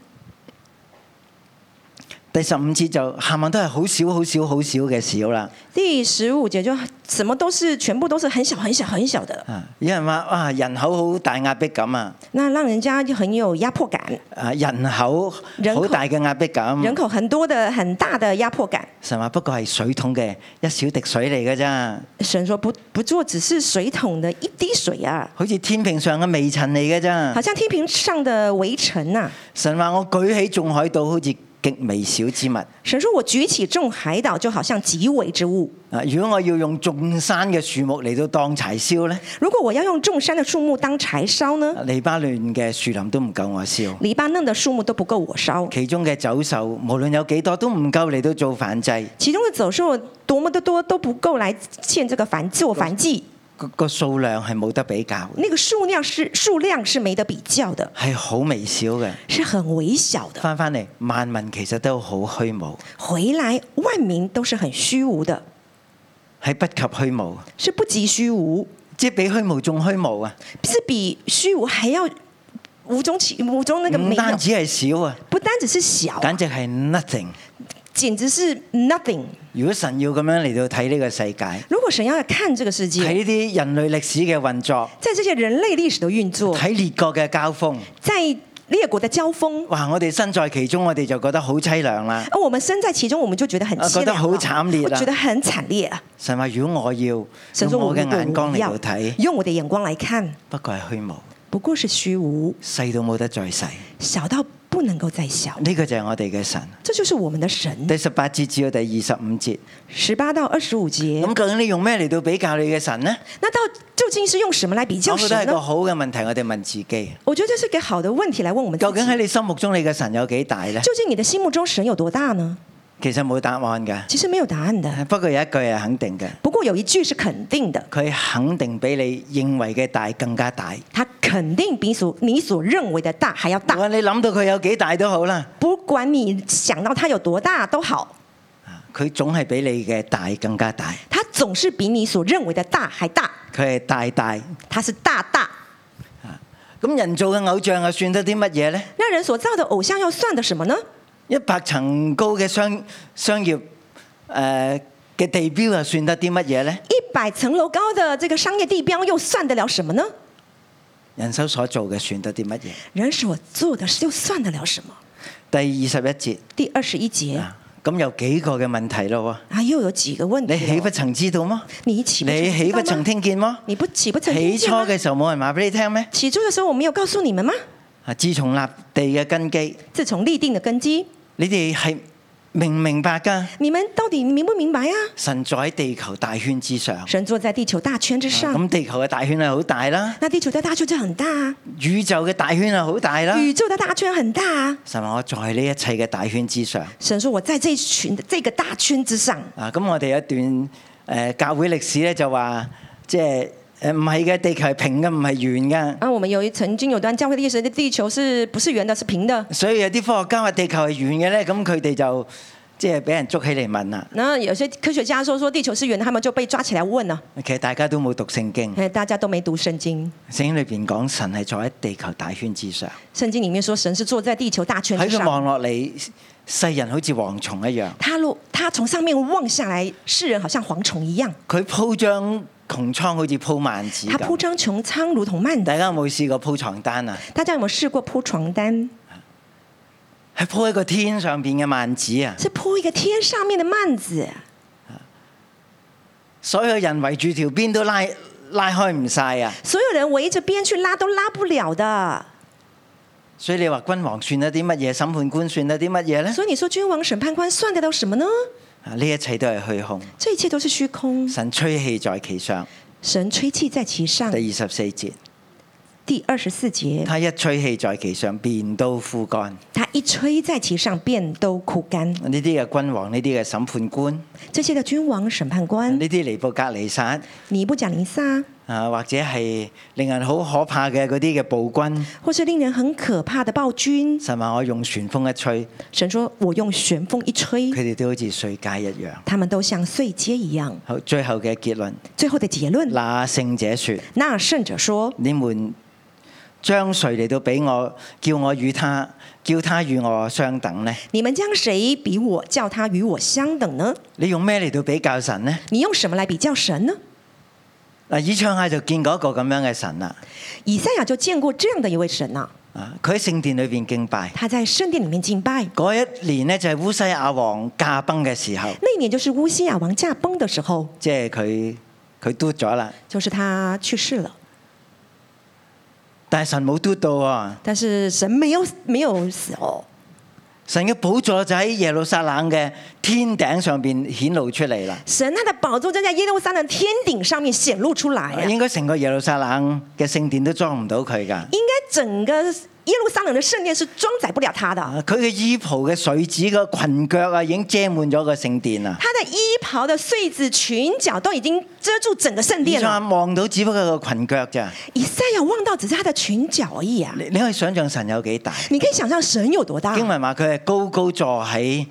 S2: 第十五節就下文都係好少、好少、好少嘅少啦。”
S3: 第十五节就什么都是全部都是很小很小很小的，
S2: 啊，有人話哇，人口好大壓迫感啊！
S3: 那让人家就很有压迫感，
S2: 啊，人口
S3: 人口
S2: 好大嘅壓迫
S3: 人
S2: 感。
S3: 口很多的很大的压迫感。
S2: 神話不過係水桶嘅一小滴水嚟嘅咋，
S3: 神说不不做只是水桶的一滴水啊，
S2: 好似天平上嘅微塵嚟嘅咋
S3: 好。像天平上的啊围城呐、
S2: 神話我舉起眾海島，好似極微小之物。
S3: 神说我举起众海岛就好像极微之物，
S2: 啊，如果我要用眾山嘅樹木嚟到當柴燒呢，
S3: 如果我要用众山的树木当柴烧呢，
S2: 黎巴嫩嘅樹林都唔夠我燒。
S3: 黎巴嫩的树木都不够我烧。
S2: 其中嘅走獸，無論有幾多都唔夠嚟到做燔祭，
S3: 其中的走兽多么的多都不够来献这个燔做燔祭，
S2: 個個數量係冇得比較嘅，
S3: 那个数量是数量是没得比较的，
S2: 係好微小嘅。
S3: 是很微小的。
S2: 翻返嚟，萬民其實都好虛無，
S3: 回来萬民都是很虚无的，
S2: 係不及虛無，
S3: 是不及虚无，
S2: 即係比虛無仲虛無啊！
S3: 是比虚无还要无中起无中那个
S2: 唔
S3: 没有
S2: 單，止係少啊，
S3: 不单只是小啊，
S2: 簡直係 nothing。
S3: 简直是 nothing。
S2: 如果神要咁樣嚟到睇呢個世界，睇呢
S3: 如果神要看这个世界，
S2: 啲人類歷史嘅運作，
S3: 在这些人类历史的运作，
S2: 睇列國嘅交鋒，
S3: 在列國的交锋，
S2: 哇！我哋身在其中，我哋就覺得好凄涼啦。
S3: 啊而我们身在其中，我们就觉得很
S2: 啊
S3: 凄
S2: 覺得
S3: 凉啊，
S2: 好慘烈啊
S3: 我觉得很惨烈啊。
S2: 神話：如果我要用
S3: 神说：“
S2: 我嘅
S3: 如果
S2: 眼光嚟
S3: 要
S2: 到睇，
S3: 用我的眼光来看，
S2: 不過係虛無，
S3: 不過是虛無，
S2: 細到冇得再細。
S3: 小到不能夠再小。
S2: 呢、個就係我哋嘅神。
S3: 這就是我們的神。
S2: 第十八節至到第二十五節，
S3: 十八到二十五节，
S2: 咁究竟你用咩嚟到比較你嘅神呢？
S3: 那到究竟是用什么来比
S2: 我
S3: 較
S2: 覺得
S3: 神
S2: 係個
S3: 呢？
S2: 好嘅問題，我哋問自己：
S3: 我觉得这是个好的問題來問我們自
S2: 究竟喺
S3: 己。
S2: 你心目中你嘅神有幾大呢？
S3: 究竟你的心目中神有多大呢？
S2: 其實冇答案㗎。
S3: 其實沒有答案的。
S2: 不過有一句係肯定嘅，
S3: 不過有一句是肯定的，
S2: 佢肯定比你認為嘅大更加大。
S3: 它肯定比所你所認為的大還要
S2: 無
S3: 大。
S2: 論你諗到佢有幾大都好啦，
S3: 不管你想到它有多大都好，
S2: 佢總係比你嘅大更加大。
S3: 它總是比你所認為的大還大。
S2: 佢係大大。
S3: 它是大大。
S2: 咁人造嘅偶像又算得啲乜嘢呢？
S3: 那人所造的偶像要算的什麼呢？
S2: 一百層高嘅商商業誒嘅、地標又算得啲乜嘢呢？
S3: 一百層樓高的這個商業地標又算得了什麼呢？
S2: 人手所做嘅算得啲乜嘢？
S3: 人所做的又算得了什麼？
S2: 第二十一節
S3: 第二十一節
S2: 啊，咁有幾個嘅問題咯喎？
S3: 啊，又有幾個問題
S2: 你
S3: 了。
S2: 岂不曾知道麼？
S3: 你岂不曾
S2: 你岂不曾
S3: 知道嗎？
S2: 聽見麼？
S3: 你不岂不曾聽
S2: 起
S3: 見啊
S2: 初
S3: 嗎
S2: 嘅時候冇人話俾你聽咩？
S3: 起初的時候，我沒有告訴你們嗎？
S2: 啊，自從立地嘅根基，
S3: 自從立定的根基，
S2: 你哋係明唔明白㗎？
S3: 你們到底明不明白呀、啊
S2: 神在地球大圈之上，啊
S3: 神坐在地球大圈之上，
S2: 咁地球嘅大圈係好大啦，
S3: 那地球的大圈就很大啊，
S2: 宇宙嘅大圈係好大啦。
S3: 宇宙的大圈很大啊。
S2: 神話我在呢一切嘅大圈之上。
S3: 神說：“我在這一群的這個大圈之上。
S2: 啊，咁我哋有一段誒、呃教會歷史咧，就話即係誒唔係嘅，地球係平嘅，唔係圓嘅。
S3: 啊，我們有一曾經有段教會的歷史，地球是不是圓的？是平的。
S2: 所以有啲科學家話地球係圓嘅咧，咁佢哋就即係俾人捉起嚟問啦。
S3: 然後有些科學家說說地球是圓的，他們就被抓起來問了。
S2: 其實大家都冇讀聖經，
S3: 哎，大家都沒讀聖經，
S2: 聖經裏邊講神係坐喺地球大圈之上，
S3: 聖經裡面說神是坐在地球大圈
S2: 喺
S3: 之
S2: 佢
S3: 上。
S2: 望落嚟，世人好似蝗蟲一樣，
S3: 他落他從上面望下來，世人好像蝗蟲一樣，
S2: 佢鋪張穹蒼好似鋪幔子
S3: 他鋪
S2: 咁。
S3: 張穹蒼如同幔子。
S2: 大家有冇試過鋪床單啊？
S3: 大家有沒有試過鋪床單？
S2: 係鋪喺個天上邊嘅幔子啊！
S3: 是鋪一個天上面的幔子，
S2: 所有人圍住條邊都拉拉開唔晒啊！
S3: 所有人圍着邊去拉都拉不了的。
S2: 所以你話君王算得啲乜嘢？審判官算得啲乜嘢呢？
S3: 所以你說君王、審判官算得到什麼呢？
S2: 啊呢一切都係虛空，
S3: 這一切都是虛空，
S2: 神吹氣在其上。
S3: 神吹氣在其上
S2: 第。二十四節，
S3: 第二十四節，
S2: 他一吹氣在其上，便都枯乾。
S3: 他一吹在其上，便都枯乾。
S2: 呢啲嘅君王，呢啲嘅審判官，呢
S3: 這些的君王、審判官，
S2: 啲尼布格尼撒
S3: 尼布甲尼撒，
S2: 啊，或者係令人好可怕嘅嗰啲嘅暴君，
S3: 或是令人很可怕的暴君，
S2: 神話我用旋風一吹，
S3: 神說：“我用旋風一吹
S2: 佢，哋都好似碎秸一樣。
S3: 他們都像碎秸一樣。
S2: 好，最後嘅結論，”
S3: 最後的結論，
S2: 那聖者說：
S3: 那聖者說
S2: 你們將誰嚟到俾我，叫我與他，叫他與我相等呢？：“
S3: 你們將誰比我，叫他與我相等呢？
S2: 你用咩嚟到比較神呢？
S3: 你用什麼來比較神呢
S2: 嗱，以唱下就見過一個咁樣嘅神啦。？”
S3: 以賽亞就見過這樣的一位神啊，
S2: 啊，佢喺聖殿裏邊敬拜。
S3: 他在聖殿裡面敬拜。
S2: 嗰一年呢，就係烏西亞王駕崩嘅時候，
S3: 那一年就是烏西亞王駕崩的時候，
S2: 即係佢佢嘟咗啦。
S3: 就是他去世了。
S2: 但係神冇嘟到喎，
S3: 但是神沒有沒有死哦，
S2: 神嘅寶座就喺耶路撒冷嘅天頂上邊顯露出嚟啦。
S3: 神他的寶座正在耶路撒冷天頂上面顯露出來啊！
S2: 應該成個耶路撒冷嘅聖殿都裝唔到佢㗎。
S3: 應該整個耶路撒冷的聖殿是裝載不了他的，
S2: 啊佢嘅衣袍嘅水子個裙腳啊，已經遮滿咗個聖殿啊啦。
S3: 他的衣袍的穗子、裙腳都已經遮住整個聖
S2: 以
S3: 殿
S2: 賽
S3: 了。
S2: 亞望到只不過個裙腳咋，
S3: 以賽亞望到只是他的裙腳而已啊！
S2: 你你可以想象神有幾大。
S3: 啊你可以想象神有多大？
S2: 經文話佢係高高坐喺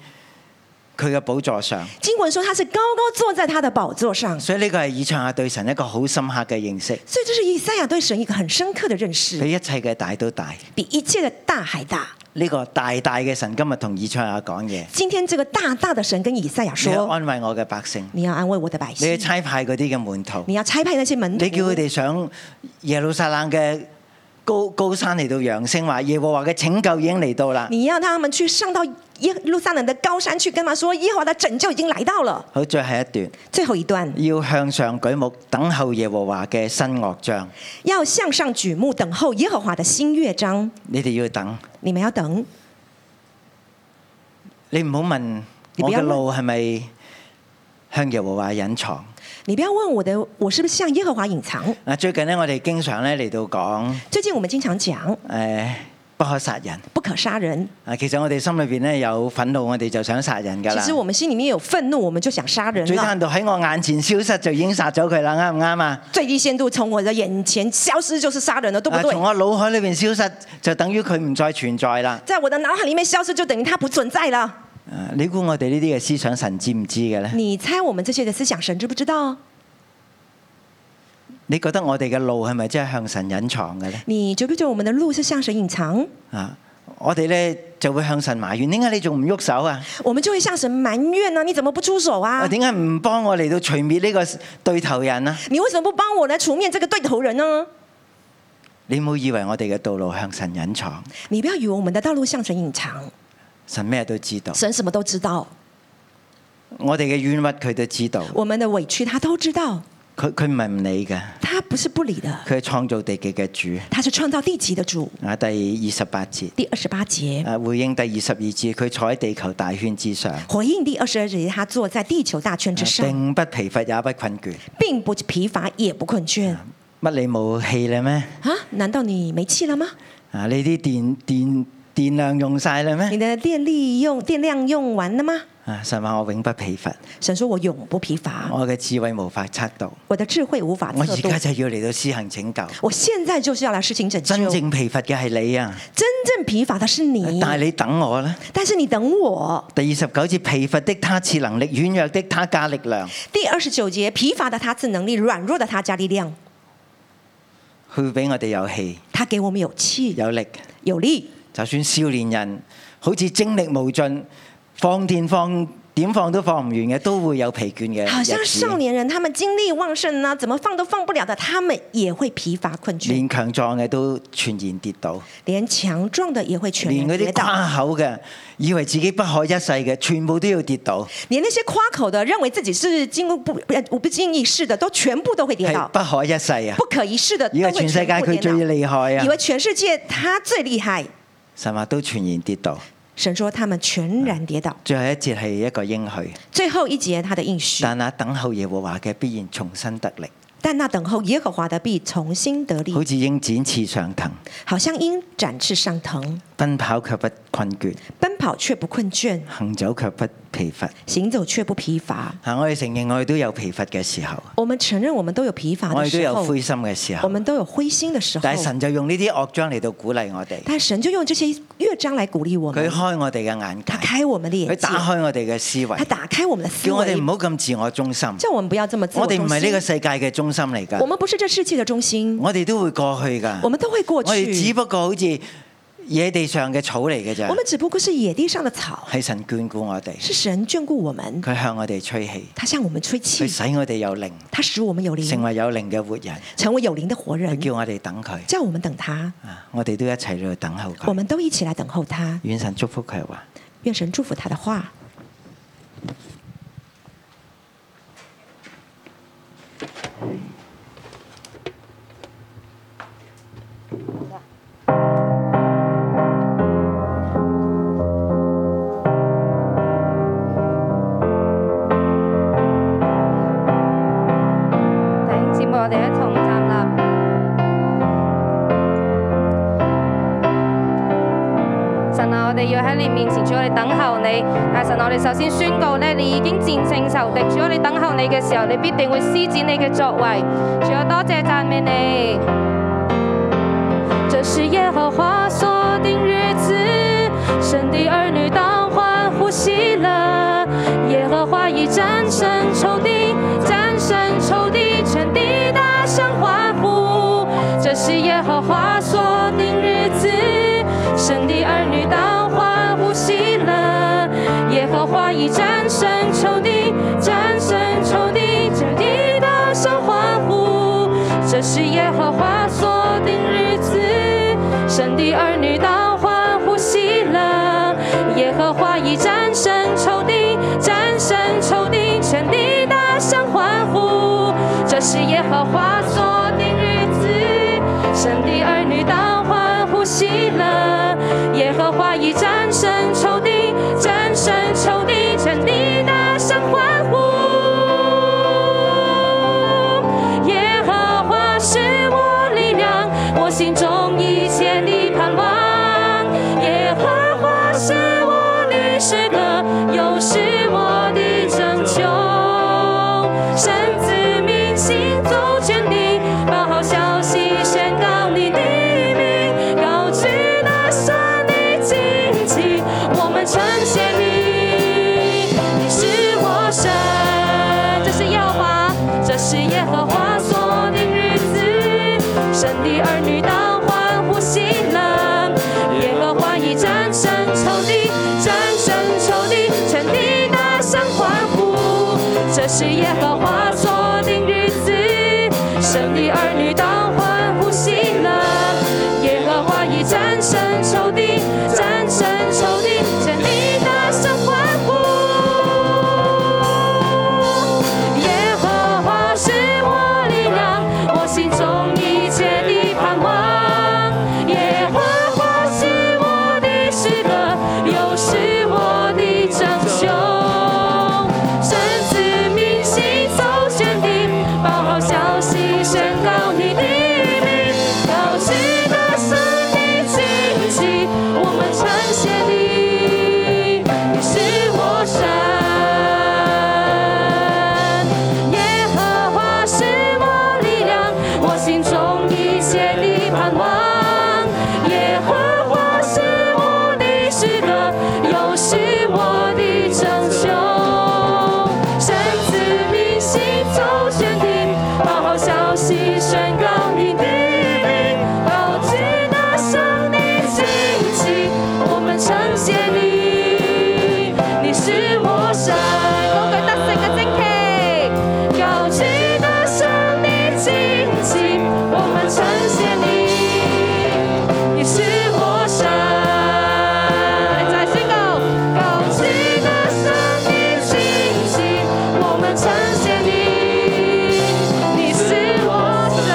S2: 佢嘅寶座上。
S3: 经文说他是高高坐在他的寶座上，
S2: 所以呢個係以賽亞對神一個好深刻嘅認識，
S3: 所以这是以赛亚对神一个很深刻的认识，
S2: 比一切嘅大都大。
S3: 比一切的大还大。
S2: 呢、個大大嘅神今日同以賽亞講嘢，
S3: 今天这个大大的神跟以赛亚
S2: 你去
S3: 说
S2: 安慰我嘅百姓：“，
S3: 你要安慰我的百
S2: 你去
S3: 姓，
S2: 差派嗰啲嘅門徒，
S3: 你要差派那些门徒
S2: 你，叫佢哋上耶路撒冷嘅高高山嚟到揚聲話耶和華嘅拯救已經嚟到啦。
S3: 你要他们去上到耶路撒冷的高山去，跟他们说耶和华的拯救已经来到了。
S2: 好，最後一段”
S3: 最后一段，
S2: 要向上舉目，等候耶和華嘅新樂章。
S3: 要向上举目，等候耶和华的新乐章。
S2: 你哋要等，
S3: 你们要等，
S2: 你唔好問
S3: 你不
S2: 我嘅
S3: 要問
S2: 路係咪向耶和華隱藏。
S3: 你不要问我的，我是不是向耶和华隐藏？
S2: 啊，最近呢，我哋經常咧嚟到講
S3: 最近我们经常讲
S2: 誒、不可殺人。
S3: 不可杀人，
S2: 啊，其實我哋心裏邊咧有憤怒，我哋就想殺人㗎
S3: 其
S2: 啦
S3: 实。我们心里面有愤怒，我们就想杀人啊
S2: 最低
S3: 了。
S2: 限度喺我眼前消失就已經殺咗佢啦，啱唔啱啊？
S3: 最低限度从我的眼前消失就是杀人了，对不
S2: 啊
S3: 对
S2: 從？我腦海裏邊消失就等於佢唔再存在啦。
S3: 在我的脑海里面消失，就等于它不存在了。
S2: 啊你估我哋呢啲嘅思想神知唔知嘅咧？
S3: 你猜我们这些的思想，神知不知道？
S2: 你覺得我哋嘅路係咪真係向神隱藏嘅咧？
S3: 你觉不觉得我们的路是向神隐藏？
S2: 啊，我哋咧就會向神埋怨，點解你仲唔喐手啊？
S3: 我们就会向神埋怨呢、你怎么不出手
S2: 啊，
S3: 啊？
S2: 點解唔幫我嚟到除滅呢個對頭人啊？
S3: 你为什么不帮我来除灭这个对头人呢？
S2: 你唔好以為我哋嘅道路向神隱藏，
S3: 你不要以为我们的道路向神隐藏，
S2: 神咩都知道，
S3: 神什么都知道，
S2: 我哋嘅冤屈佢都知道，
S3: 我们的委屈他都知道，
S2: 佢佢唔係唔理嘅。
S3: 他不是不理的，
S2: 佢係創造地極嘅主。
S3: 他是创造地级的主。
S2: 啊，第二十八節，
S3: 第二十八节
S2: 啊，回應第二十二節，佢坐喺地球大圈之上，啊
S3: 回应第二十二节，他坐在地球大圈之上，
S2: 並不疲乏也不困倦。
S3: 并不疲乏，也不困倦。
S2: 乜你冇氣啦咩？
S3: 啊？难道你没气了吗？
S2: 啊，你啲電電電量用晒啦
S3: 你
S2: 咩？
S3: 的电力用电量用完了吗？
S2: 啊，神話我永不疲乏，
S3: 神说：“我永不疲乏，
S2: 我嘅智慧無法測度，
S3: 哦我的智慧无法
S2: 我
S3: 测
S2: 而
S3: 度。
S2: 家就要嚟到施行拯救。
S3: 我现在就是要来事情拯救。
S2: 真正疲乏嘅係你啊，
S3: 真正疲乏的是你，
S2: 但係你等我啦。
S3: 但是你等我。
S2: 第二十九節，疲乏的他賜能力，軟弱的他加力量。
S3: 第二十九节，疲乏的他自能力，软弱的他加力量，
S2: 佢俾我哋有氣
S3: 他给我们有气
S2: 有力。
S3: 有力。
S2: 就算少年人好似精力無盡，放電放點放都放唔完嘅，都會呃有疲倦嘅
S3: 好像
S2: 日
S3: 少
S2: 子。
S3: 年人，他们精力旺盛呢、啊怎么放都放不了的，他们也会疲乏困倦，
S2: 連強壯嘅都全然跌倒，
S3: 连强壮的也会全
S2: 連
S3: 然
S2: 嗰
S3: 跌
S2: 啲
S3: 倒，
S2: 誇口嘅，以為自己不可一世嘅，全部都要跌倒，
S3: 连那些夸口的，认为自己是经过不呃我不经意事的，都全部都会跌
S2: 係
S3: 倒。”
S2: 不可一世啊
S3: 不！可一世的，
S2: 以為
S3: 都會
S2: 全世界
S3: 全部
S2: 佢
S3: 跌
S2: 最
S3: 倒
S2: 厲害啊
S3: 以！為全世界他最厲害。
S2: 神話都全然跌倒。
S3: 神說他們全
S2: 嗯
S3: 然跌倒。
S2: 最後一節係一個應許，
S3: 最後一節他的應許，
S2: 但那等候耶和華嘅必然重新得力，
S3: 但那等候耶和華的必重新得力
S2: 好，似鷹展翅上騰，
S3: 好像鷹展翅上騰，
S2: 奔跑卻不困倦，
S3: 奔跑卻不困倦，
S2: 行走卻不疲乏。
S3: 行走卻不疲乏。
S2: 啊！我哋承認我哋都有疲乏嘅時候，
S3: 我們承認我們都啊有疲乏
S2: 我
S3: 的
S2: 哋都
S3: 時
S2: 有
S3: 候，
S2: 灰心嘅時
S3: 我
S2: 候，
S3: 們都有灰心的時候，
S2: 但係神就用呢啲樂章嚟到鼓勵我哋，
S3: 但神就用這些樂章來鼓勵我
S2: 佢
S3: 們，
S2: 開我哋嘅眼界
S3: 打，開我們的
S2: 佢
S3: 眼界，
S2: 打開我哋嘅思
S3: 他
S2: 維，
S3: 打開我們的思
S2: 叫我哋唔
S3: 維，
S2: 好咁自我中心。
S3: 叫我們不要這麼自我
S2: 我
S3: 中
S2: 哋
S3: 心。
S2: 唔係呢啊個世界嘅中心嚟
S3: 我
S2: 㗎，
S3: 們不是這世界的中心，
S2: 我哋都會過去
S3: 我
S2: 㗎。
S3: 們都會過
S2: 我哋只
S3: 去。
S2: 不過好似野地上嘅草嚟嘅咋
S3: 我，們只不過是野地上的草，
S2: 係神眷顧我哋，
S3: 是神眷顧我們，
S2: 佢向我哋吹氣，
S3: 他向我們吹
S2: 佢
S3: 氣，
S2: 使我哋有靈，
S3: 他使我們有
S2: 成
S3: 靈，
S2: 為有靈嘅活人，
S3: 成為有靈的活
S2: 佢
S3: 人，
S2: 叫我哋等佢。
S3: 叫我們等他，
S2: 啊我哋都一齊去等候
S3: 我
S2: 佢。
S3: 們都一起來等候他。
S2: 願神祝福佢話。
S3: 願神祝福他的話。
S4: 弟兄姊妹，我哋一同站立。神啊，我哋要喺你面前，主我哋等候你。但神，我哋首先宣告咧，你已經戰勝仇敵。主我哋等候你嘅時候，你必定會施展你嘅作為。主我多謝讚美你。这是耶和华所定日子，神的儿女当欢呼喜乐，耶和华已战胜仇敌，战胜仇敌，全地大声欢呼。这是耶和华所定日子，神的儿女当欢呼喜乐。耶和华已战胜仇敌，战胜仇敌，全地大声欢呼。这是耶和华所定日子，神的儿女当欢呼喜乐。耶和华已战胜仇敌，战胜仇敌，全地大声欢呼。这是耶和华所定日子，神的儿女当欢呼喜乐。耶和华已战胜仇敌，战胜仇敌，全地大声欢呼。耶和华是我力量，我心中一切的盼望。耶和华是我的诗歌，又是我的拯救。神子民行走全地，把好消息宣告你的名，高举那山的旌旗，我们称谢你，你是我神。这是耶和华，这是耶和华所定日子，神的儿女当欢呼喜乐。耶和华已战胜仇敌，战胜仇敌，全地大声欢呼。这是耶和华所定日子，神的儿女当欢呼喜乐。耶和华已战胜仇敌，战胜仇敌，全地大声欢呼。耶和华是我力量，我心中一切的盼望。耶和华是我的诗歌，又是我的拯救。神子民行走全地，把好消息宣告你的名，高举那神的旌旗，我们称谢你，你是我神。耶和华是我力量，我心中一切的盼望。耶和华是我的诗歌，又是我的拯救。神子民行走全地，把好消息宣告你的名，高举那上帝旌旗，我们称谢你，你是我神。高舉得勝嘅旌旗。高举的上帝旌旗，我们称谢你，你是我神。你再宣告，高举的上帝旌旗，我们称谢你，你是我神。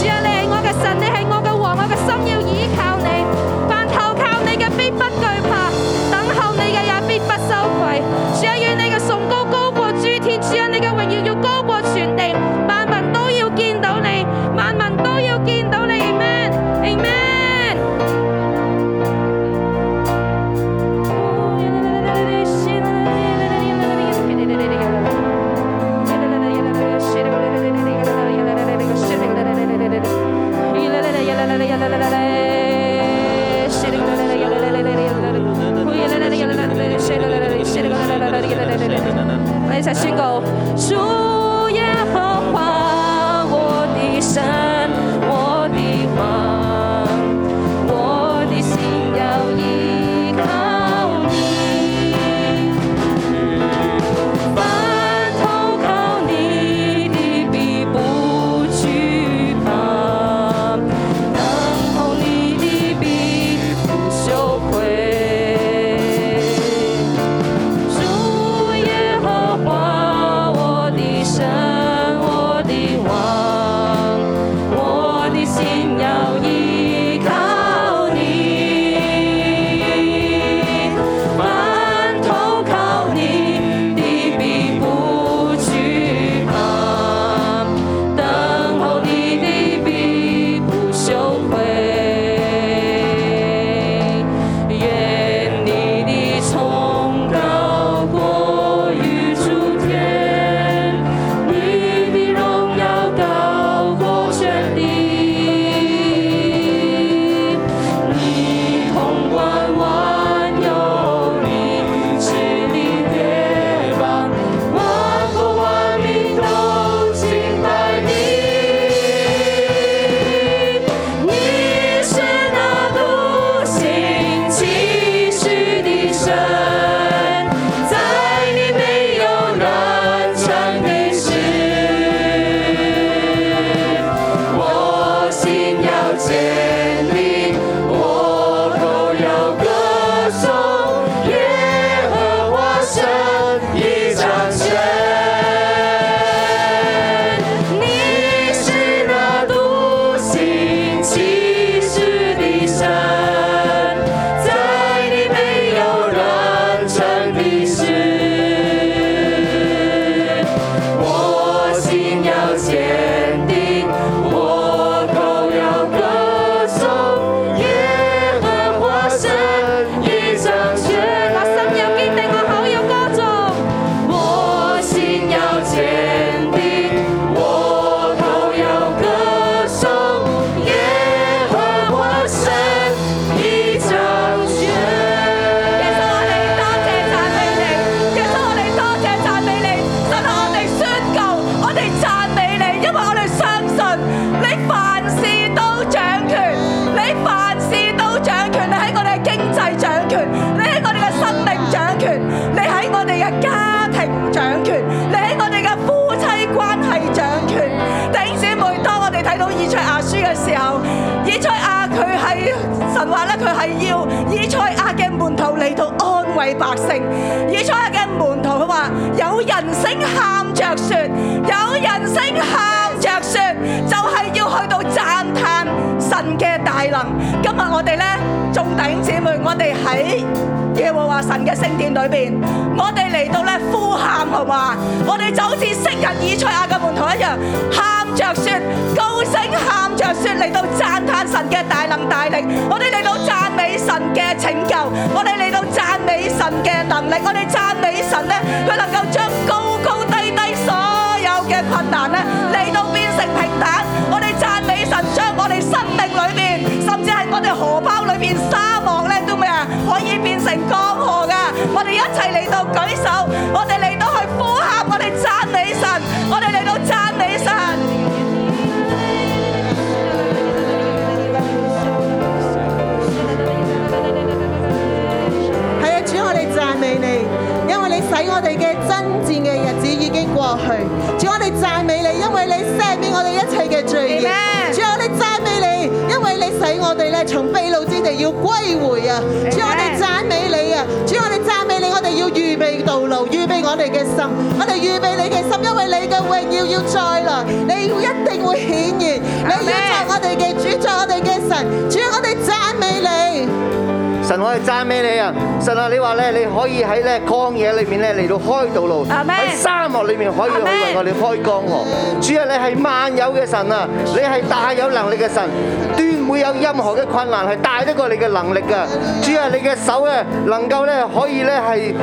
S4: 主啊，你係我嘅神，你係我嘅王，我嘅心要倚靠你。凡投靠你嘅必不懼怕，等候你嘅也必不羞愧。主啊，願你嘅崇高高過諸天，主啊，你嘅榮耀要高過全地，萬民都要見到你，萬民都要見到你。Amen。Amen。一齊宣告，主耶和華，我的神，我的王。我的心要依靠你，凡投靠你的必不惧怕，等候你的必不羞愧。主耶和华，我的
S5: 喺我哋嘅家庭掌權，你喺我哋嘅夫妻關係掌權。弟兄姊妹，當我哋睇到以賽亞書嘅時候，以賽亞佢係神話咧，佢係要以賽亞嘅門徒嚟到安慰百姓。以賽亞嘅門徒佢話：有人聲喊着説，有人聲喊着説，就係、要去到讚歎神嘅大能。今日我哋咧，眾弟兄姊妹，我哋喺。耶和華神嘅聖殿裏邊，我哋嚟到咧呼喊好嘛？我哋就好似昔日以賽亞嘅門徒一樣，喊着説，高聲喊着説嚟到讚歎神嘅大能大力，我哋嚟到讚美神嘅拯救，我哋嚟到讚美神嘅能力，我哋讚美神咧，佢能夠將高高低低所有嘅困難咧嚟到變成平坦，我哋讚美神將我哋生命裏邊，甚至係我哋荷包裏邊沙漠咧都咩啊，可以變成江河噶。我哋一齊嚟到舉手，我哋嚟到去呼喊，我哋讚美神，我哋嚟到讚美神。
S6: 系啊，主，我哋讚美你，因為你使我哋嘅爭戰嘅日子已經過去。主，我哋讚美你，因為你赦免我哋一切嘅罪孽。主，我哋讚美你，因為你使我哋咧從秘路之地要歸回啊！主，我哋讚美你啊！主，我哋讚美你，我哋要預備道路，預備我哋嘅心，我哋預備你嘅心，因為你嘅榮耀要再來，你要一定會顯現，你要作我哋嘅主，作我哋嘅神。主，我哋讚美你。
S7: 神，我哋讚美你啊！神啊，你話咧，你可以喺咧曠野裏面咧嚟到開道路，
S4: 阿們
S7: 喺沙漠裏面可以去
S4: Amen
S7: 為我哋開江河。主啊，你係萬有嘅神啊，你係大有能力嘅神，斷會有任何嘅困難係大得過你嘅能力噶。主啊，你嘅手咧能夠咧可以咧係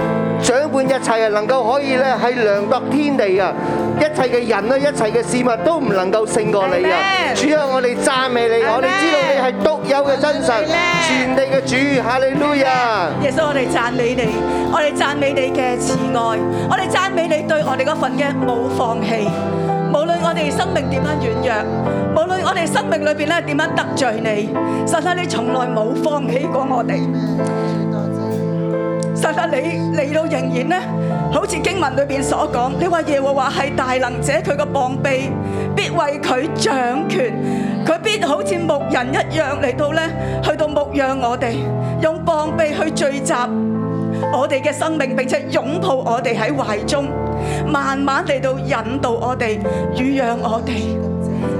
S7: 掌管一切啊，能夠可以咧係量度天地啊，一切嘅人啊，一切嘅事物都唔能夠勝過你啊！
S4: Amen
S7: 主啊，我哋讚美你，我哋知道你係獨有嘅真神，全地嘅主，哈利路亞！
S5: 耶穌，我哋讚美你，我哋讚美你嘅慈愛，我哋讚美你對我哋嗰份嘅冇放棄。無論我哋生命點樣軟弱，無論我哋生命裏邊咧點樣得罪你，神啊，你從來冇放棄過我哋。神啊，你嚟到仍然咧，好似經文裏邊所講，你話耶和華係大能者，佢個膀臂必為佢掌權，佢必好似牧人一樣嚟到咧，去到牧養我哋，用膀臂去聚集我哋嘅生命，並且擁抱我哋喺懷中，慢慢嚟到引導我哋，乳養我哋。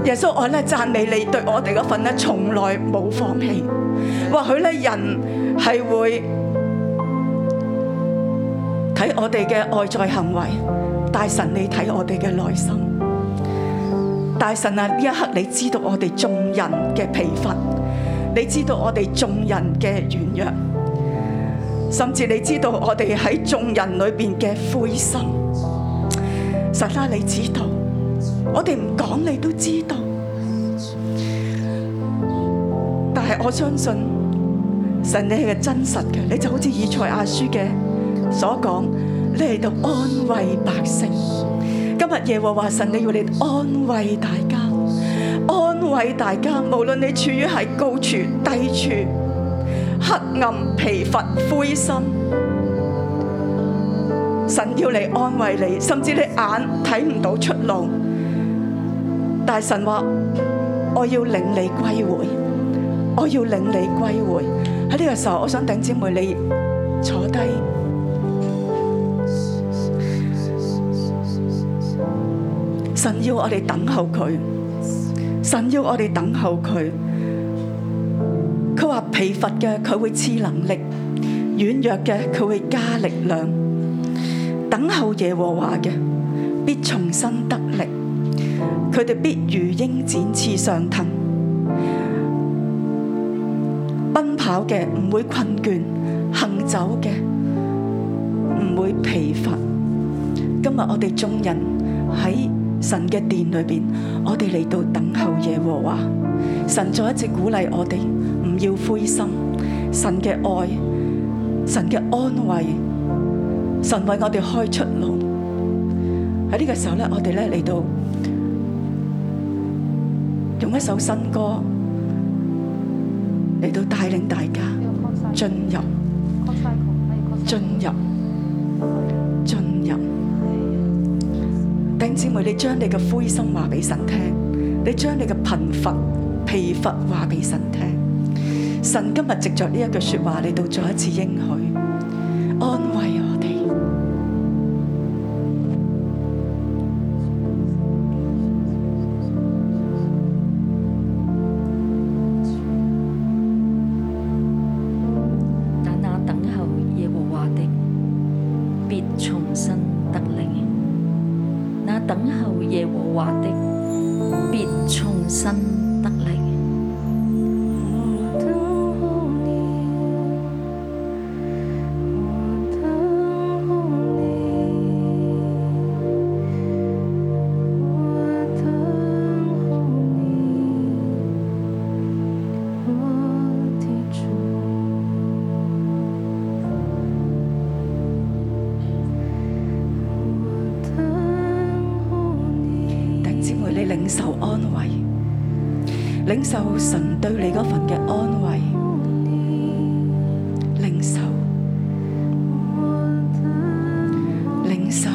S5: 耶穌，我咧讚美你對我哋嗰份咧，從來冇放棄。或許咧人係會。睇我哋嘅外在行為，大神你睇我哋嘅內心。大神啊，呢一刻你知道我哋眾人嘅疲乏，你知道我哋眾人嘅軟弱，甚至你知道我哋喺眾人裏邊嘅灰心。神啊，你知道，我哋唔講你都知道，但係我相信。神你係真實嘅，你就好似以賽亞書嘅所講，你嚟到安慰百姓。今日耶和華神，你要嚟安慰大家，安慰大家，無論你處於係高處、低處、黑暗、疲乏、灰心，神要嚟安慰你，甚至你眼睇唔到出路，但係神話，我要領你歸回。我要領你歸回。喺呢個時候，我想頂姊妹你坐低。神要我哋等候佢，神要我哋等候佢。佢話疲乏嘅佢會賜能力，軟弱嘅佢會加力量。等候耶和華嘅必重新得力，佢哋必如鷹展翅上騰。奔跑嘅唔會困倦，行走嘅唔會疲乏。今日我哋眾人喺神嘅殿裏邊，我哋嚟到等候耶和華。神再一直鼓勵我哋唔要灰心，神嘅愛，神嘅安慰，神為我哋開出路。喺呢個時候咧，我哋咧嚟到用一首新歌。嚟到帶領大家進入進入進入。弟兄姊妹，你將你嘅灰心話俾神聽，你將你嘅貧乏、疲乏話俾神聽。神今日藉着呢一句说話嚟到再一次應許，安慰我哋。
S8: 但那等候耶和華的，必重新得力；那等候耶和華的，必重新得力。
S5: 弟兄姊妹，你領受安慰，領受神對你嗰份嘅安慰，領受，領受。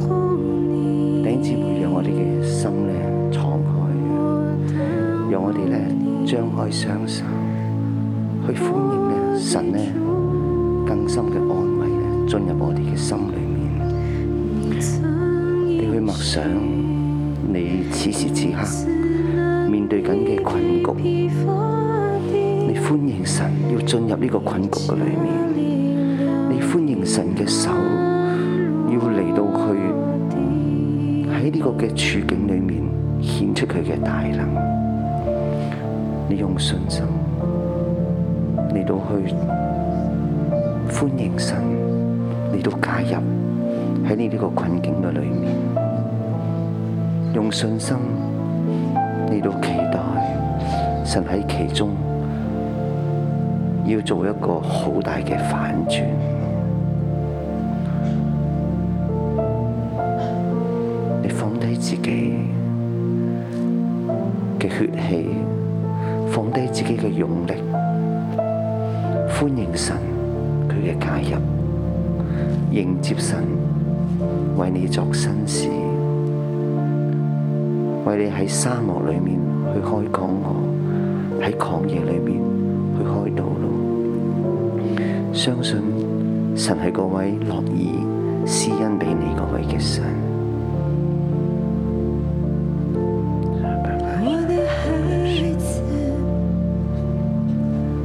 S9: 弟兄姊妹，讓我哋嘅心咧敞開，讓我哋咧張開雙手，去歡迎咧神咧更深嘅安慰咧進入我哋嘅心裏面。你去默想你此時此刻面對緊嘅困局，你歡迎神要進入呢個困局嘅裏面，你歡迎神嘅手要嚟到去。喺呢個嘅處境裏面顯出佢嘅大能。你用信心嚟到去歡迎神嚟到介入喺你呢個困境嘅裏面，用信心嚟到期待神喺其中要做一個好大嘅反轉。你放低自己嘅血氣，放低自己嘅勇力，歡迎神佢嘅介入，迎接神為你作新事，為你喺沙漠裏面去開港河，喺曠野裏面去開道路。相信神係嗰位樂意施恩俾你嗰位嘅神。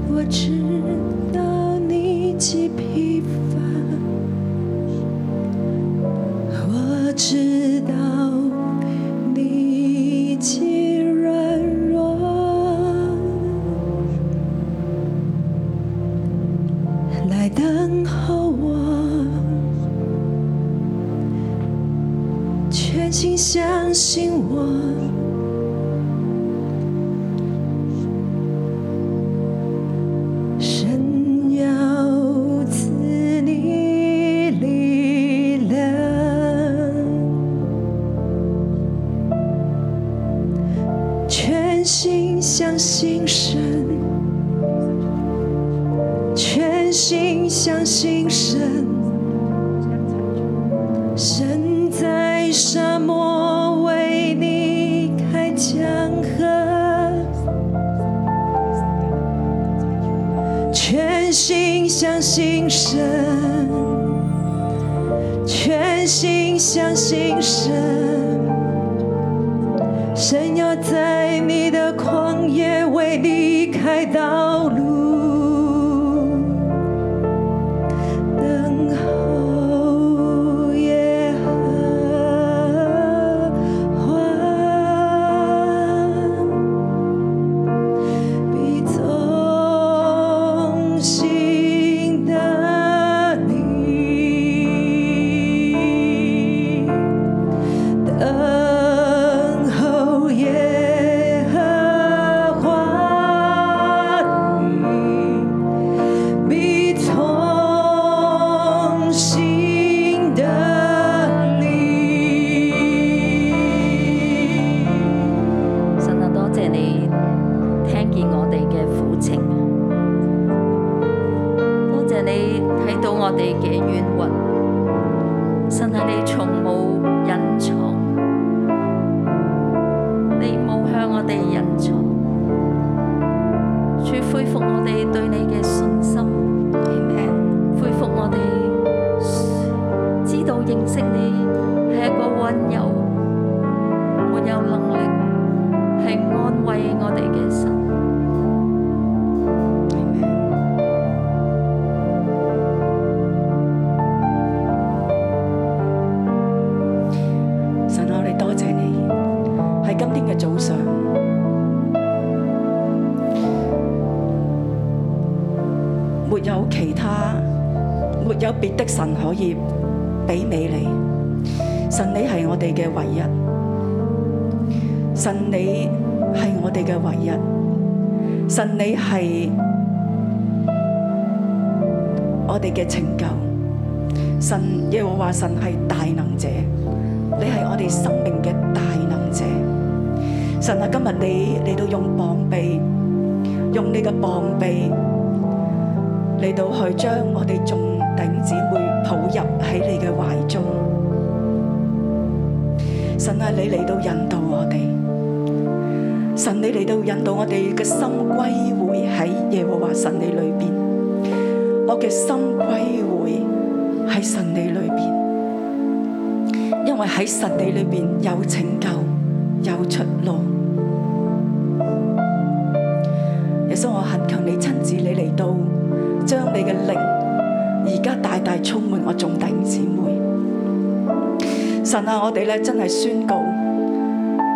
S10: 我知道你极疲乏，我知道你极软弱，来等候我，全心相信我。神啊要赐你力量，全心相信神，全心相信神。神在沙漠为你开江河。全心相信神，全真心相信神，神要在你的旷野为你开道路，等候耶和华。必从心的你，等候耶和华你，必从心的你。
S8: 神啊，多謝你聽見我哋嘅苦情，多謝你睇到我哋嘅冤屈。神啊，你從冇隱藏，你冇向我哋隱藏，主恢復我哋對你嘅信心，恢復我哋知道認識你係一個温柔、沒有能力。係安慰我哋嘅神。
S5: 神啊，我哋多謝你喺今天嘅早上，沒有其他，沒有別的神可以媲美你。神你係我哋嘅唯一，神你係我哋嘅唯一，神你係我哋嘅拯救。神耶和華神係大能者。你係我哋生命嘅大能者。神啊，今日你嚟到用膀臂，用你嘅膀臂嚟到去將我哋眾弟兄姊妹抱入喺你嘅懷中。神啊，你嚟到引導我哋。神，你嚟到引導我哋嘅心歸回喺耶和華神你裏邊。我嘅心歸回喺神你裏邊。因為喺神你裏邊有拯救，有出路。耶穌，我懇求你親自你嚟到，將你嘅靈而家大大充滿我眾弟兄姊妹。神啊，我哋咧真係宣告，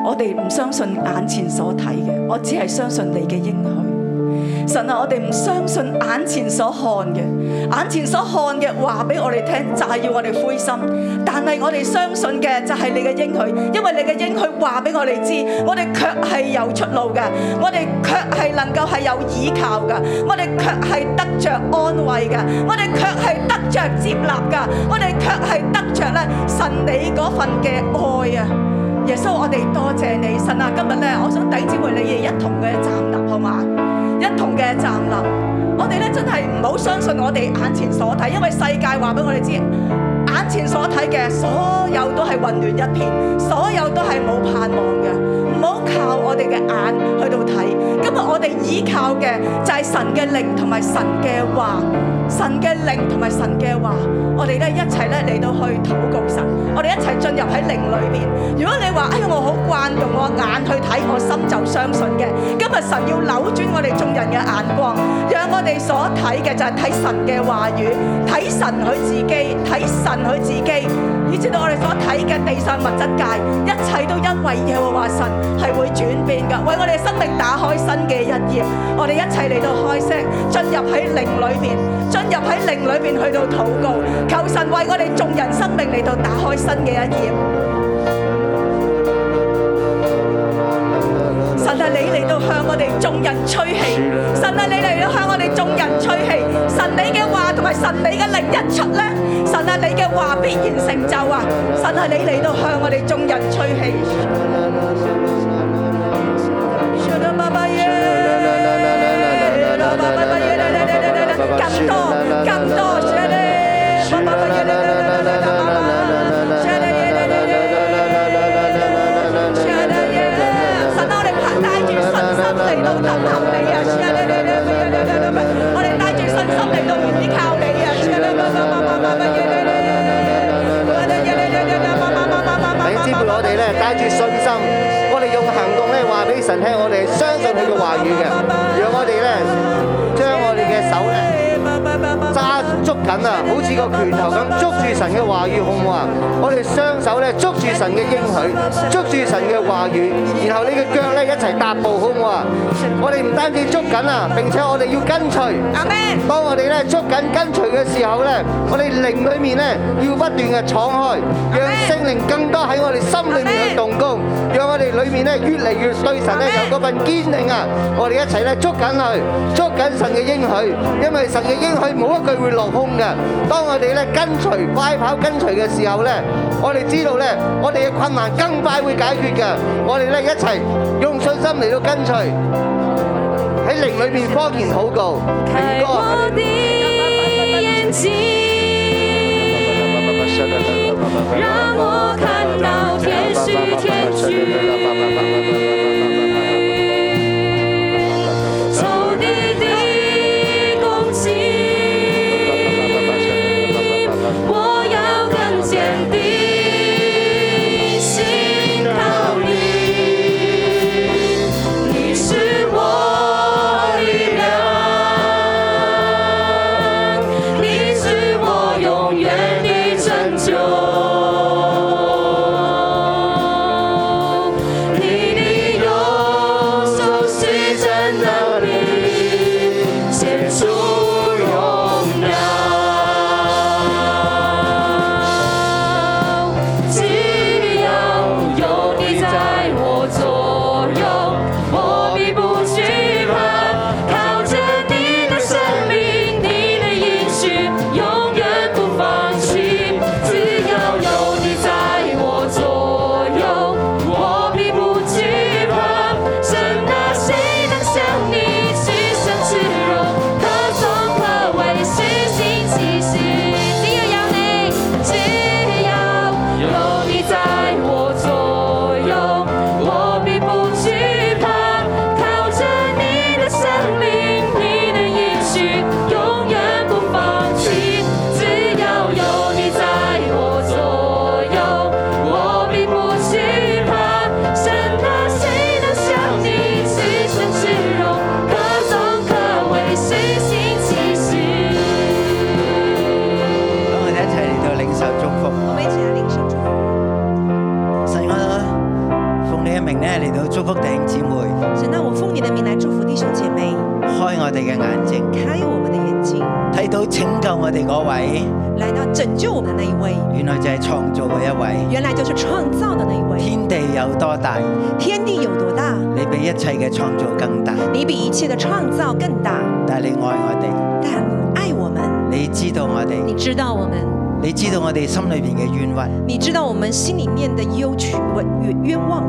S5: 我哋唔相信眼前所睇嘅，我只係相信你嘅應許。神啊，我哋唔相信眼前所看嘅，眼前所看嘅話俾我哋聽，就係要我哋灰心。但係我哋相信嘅就係你嘅應許，因為你嘅應許話俾我哋知，我哋卻係有出路嘅，我哋卻係能夠係有依靠嘅，我哋卻係得着安慰嘅，我哋卻係得着接納嘅，我哋卻係得着咧神你嗰份嘅愛啊！耶穌，我哋多謝你，神啊！今日咧，我想弟兄姊妹你哋一同嘅站立，好嘛？一同嘅站立。我哋咧真係唔好相信我哋眼前所睇，因為世界話俾我哋知，眼前所睇嘅所有都係混亂一片，所有都係冇盼望嘅。唔好靠我哋嘅眼去到睇，今日我哋依靠嘅就係神嘅靈同埋神嘅話，神嘅靈同埋神嘅話，我哋咧一齊咧嚟到去禱告神，我哋一齊進入喺靈裏面。如果你話哎呀我好慣用我眼去睇，我心就相信嘅，今日神要扭轉我哋眾人嘅眼光，讓我哋所睇嘅就係睇神嘅話語，睇神佢自己，睇神佢自己，以至到我哋所睇嘅地上物質界，一切都因為耶和華神係會轉變㗎，為我哋生命打開新嘅一頁。我哋一齊嚟到開聲，進入喺靈裏邊，進入喺靈裏邊去到禱告，求神為我哋眾人生命嚟到打開新嘅一頁。神啊，你嚟到向我哋眾人吹氣，神啊，你嚟到向我哋眾人吹氣，神你嘅話同埋神你嘅靈一出咧，神啊，你嘅話必然成就啊！神啊，你嚟到向我哋眾人吹氣。更多更多，神啊，我哋帶住信心嚟到等候你啊！我哋帶住信心嚟到依靠你啊！
S7: 咧帶住信心，我哋用行動咧話俾神聽，我哋係相信佢嘅話語嘅，讓我哋咧將我哋嘅手咧揸捉緊啊，好似個拳頭咁捉住神嘅話語，好唔好啊？我哋雙手咧捉住神嘅應許，捉住神嘅話語，然後你嘅腳咧一齊踏步，好唔好啊？我哋唔單止捉緊啊，並且我哋要跟隨。阿當我哋咧捉緊跟隨嘅時候咧，我哋靈裏面咧要不斷嘅敞開，讓聖靈更多喺我哋心裏面去動工，讓我哋裏面咧越嚟越對神咧有嗰份堅定啊！我哋一齊咧捉緊佢，捉緊神嘅應許，因為神嘅應許冇一句會落空嘅。當我哋咧跟隨快跑跟隨嘅時候咧，我哋知道咧，我哋嘅困難更快會解決嘅。我哋咧一齊用信心嚟到跟隨，喺靈裏面方言禱告，明哥。
S11: 我的眼睛，让我看到天使天军，仇敌的攻击，我要更坚定心靠你。你是我力量，你是我永远的拯救。你的右手是真能力，显出荣耀。只要有你在我左右，我必不惧怕。靠着你的生命，你的应许，永远不放弃。只要有你在我左右，我必不惧怕。神啊，谁能像你至深至柔，可颂可畏，是心其事。只要有你，只要有你在我左右，我必不惧怕。靠着你的生命，你的应许，永远不放弃。只要有你在我左右，我必不惧怕。神啊，谁能像你至深至柔，可颂可畏，是心其事。
S2: 我哋一齊嚟到領受祝福。我
S3: 们一起来领受祝福。
S2: 神我啊奉你嘅名咧嚟到祝福弟兄姊妹，
S3: 神啊，我奉你的名来祝福弟兄姐妹，
S2: 開我哋嘅眼睛，
S3: 開我們的眼睛，
S2: 睇到拯救我哋嗰位，
S3: 来到拯救我们的那一位，
S2: 原來就係創造嘅一位。
S3: 原来就是创造的那一位。
S2: 天地有多大，
S3: 天地有多大，
S2: 你比一切嘅創造更大，
S3: 你比一切的创造更大，
S2: 但係你愛我
S3: 但爱我们，
S2: 哋，你知道我
S11: 你
S2: 哋，
S11: 知道我们，
S2: 你知道我哋心裏邊嘅冤屈，
S11: 你知道我们心里面的忧屈、冤冤枉，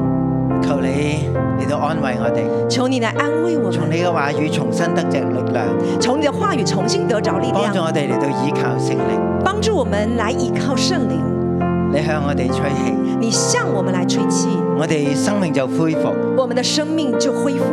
S2: 求你嚟到安慰我哋，
S3: 求你来安慰我
S2: 從你
S3: 们，
S2: 嘅話語重新得着力量，
S3: 从你的话语重新得着力
S2: 幫助
S3: 量，
S2: 我哋嚟到倚靠聖靈，
S3: 帮助我们来依靠圣灵。
S2: 你向我哋吹氣，
S3: 你向我们来吹气，
S2: 我哋生命就恢復，
S3: 我们的生命就恢复，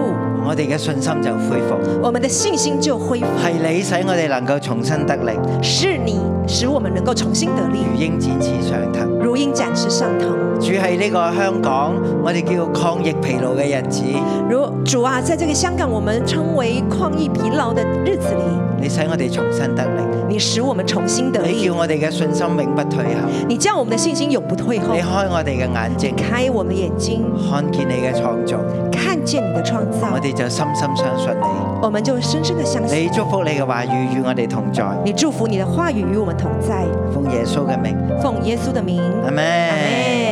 S2: 我哋嘅信心就恢復。
S3: 我们的信心就恢复。
S2: 係你使我哋能夠重新得力，
S3: 是你使我们能够重新得力，
S2: 如鷹展翅上騰。
S3: 如鹰展翅上腾。
S2: 主喺呢個香港，我哋叫抗疫疲勞嘅日子，
S3: 如主啊，在这个香港我们称为抗疫疲劳的日子里，
S2: 你使我哋重新得力，
S3: 你使我们重新得
S2: 你
S3: 力
S2: 叫，我哋嘅信心永不退後，
S3: 你叫我们的信心永不退后
S2: 你。開我哋嘅眼睛，
S3: 开我们的眼睛，
S2: 看見你嘅創造，
S3: 看见你的创造
S2: 我，哋哎就深深相信你。
S3: 我们就深深的相信。
S2: 你祝福你嘅話語與我哋同在，
S3: 你祝福你的话语与我们同在，
S2: 奉耶穌嘅名，
S3: 奉耶稣的名，
S2: 阿
S3: 阿
S2: 咩？
S3: 门。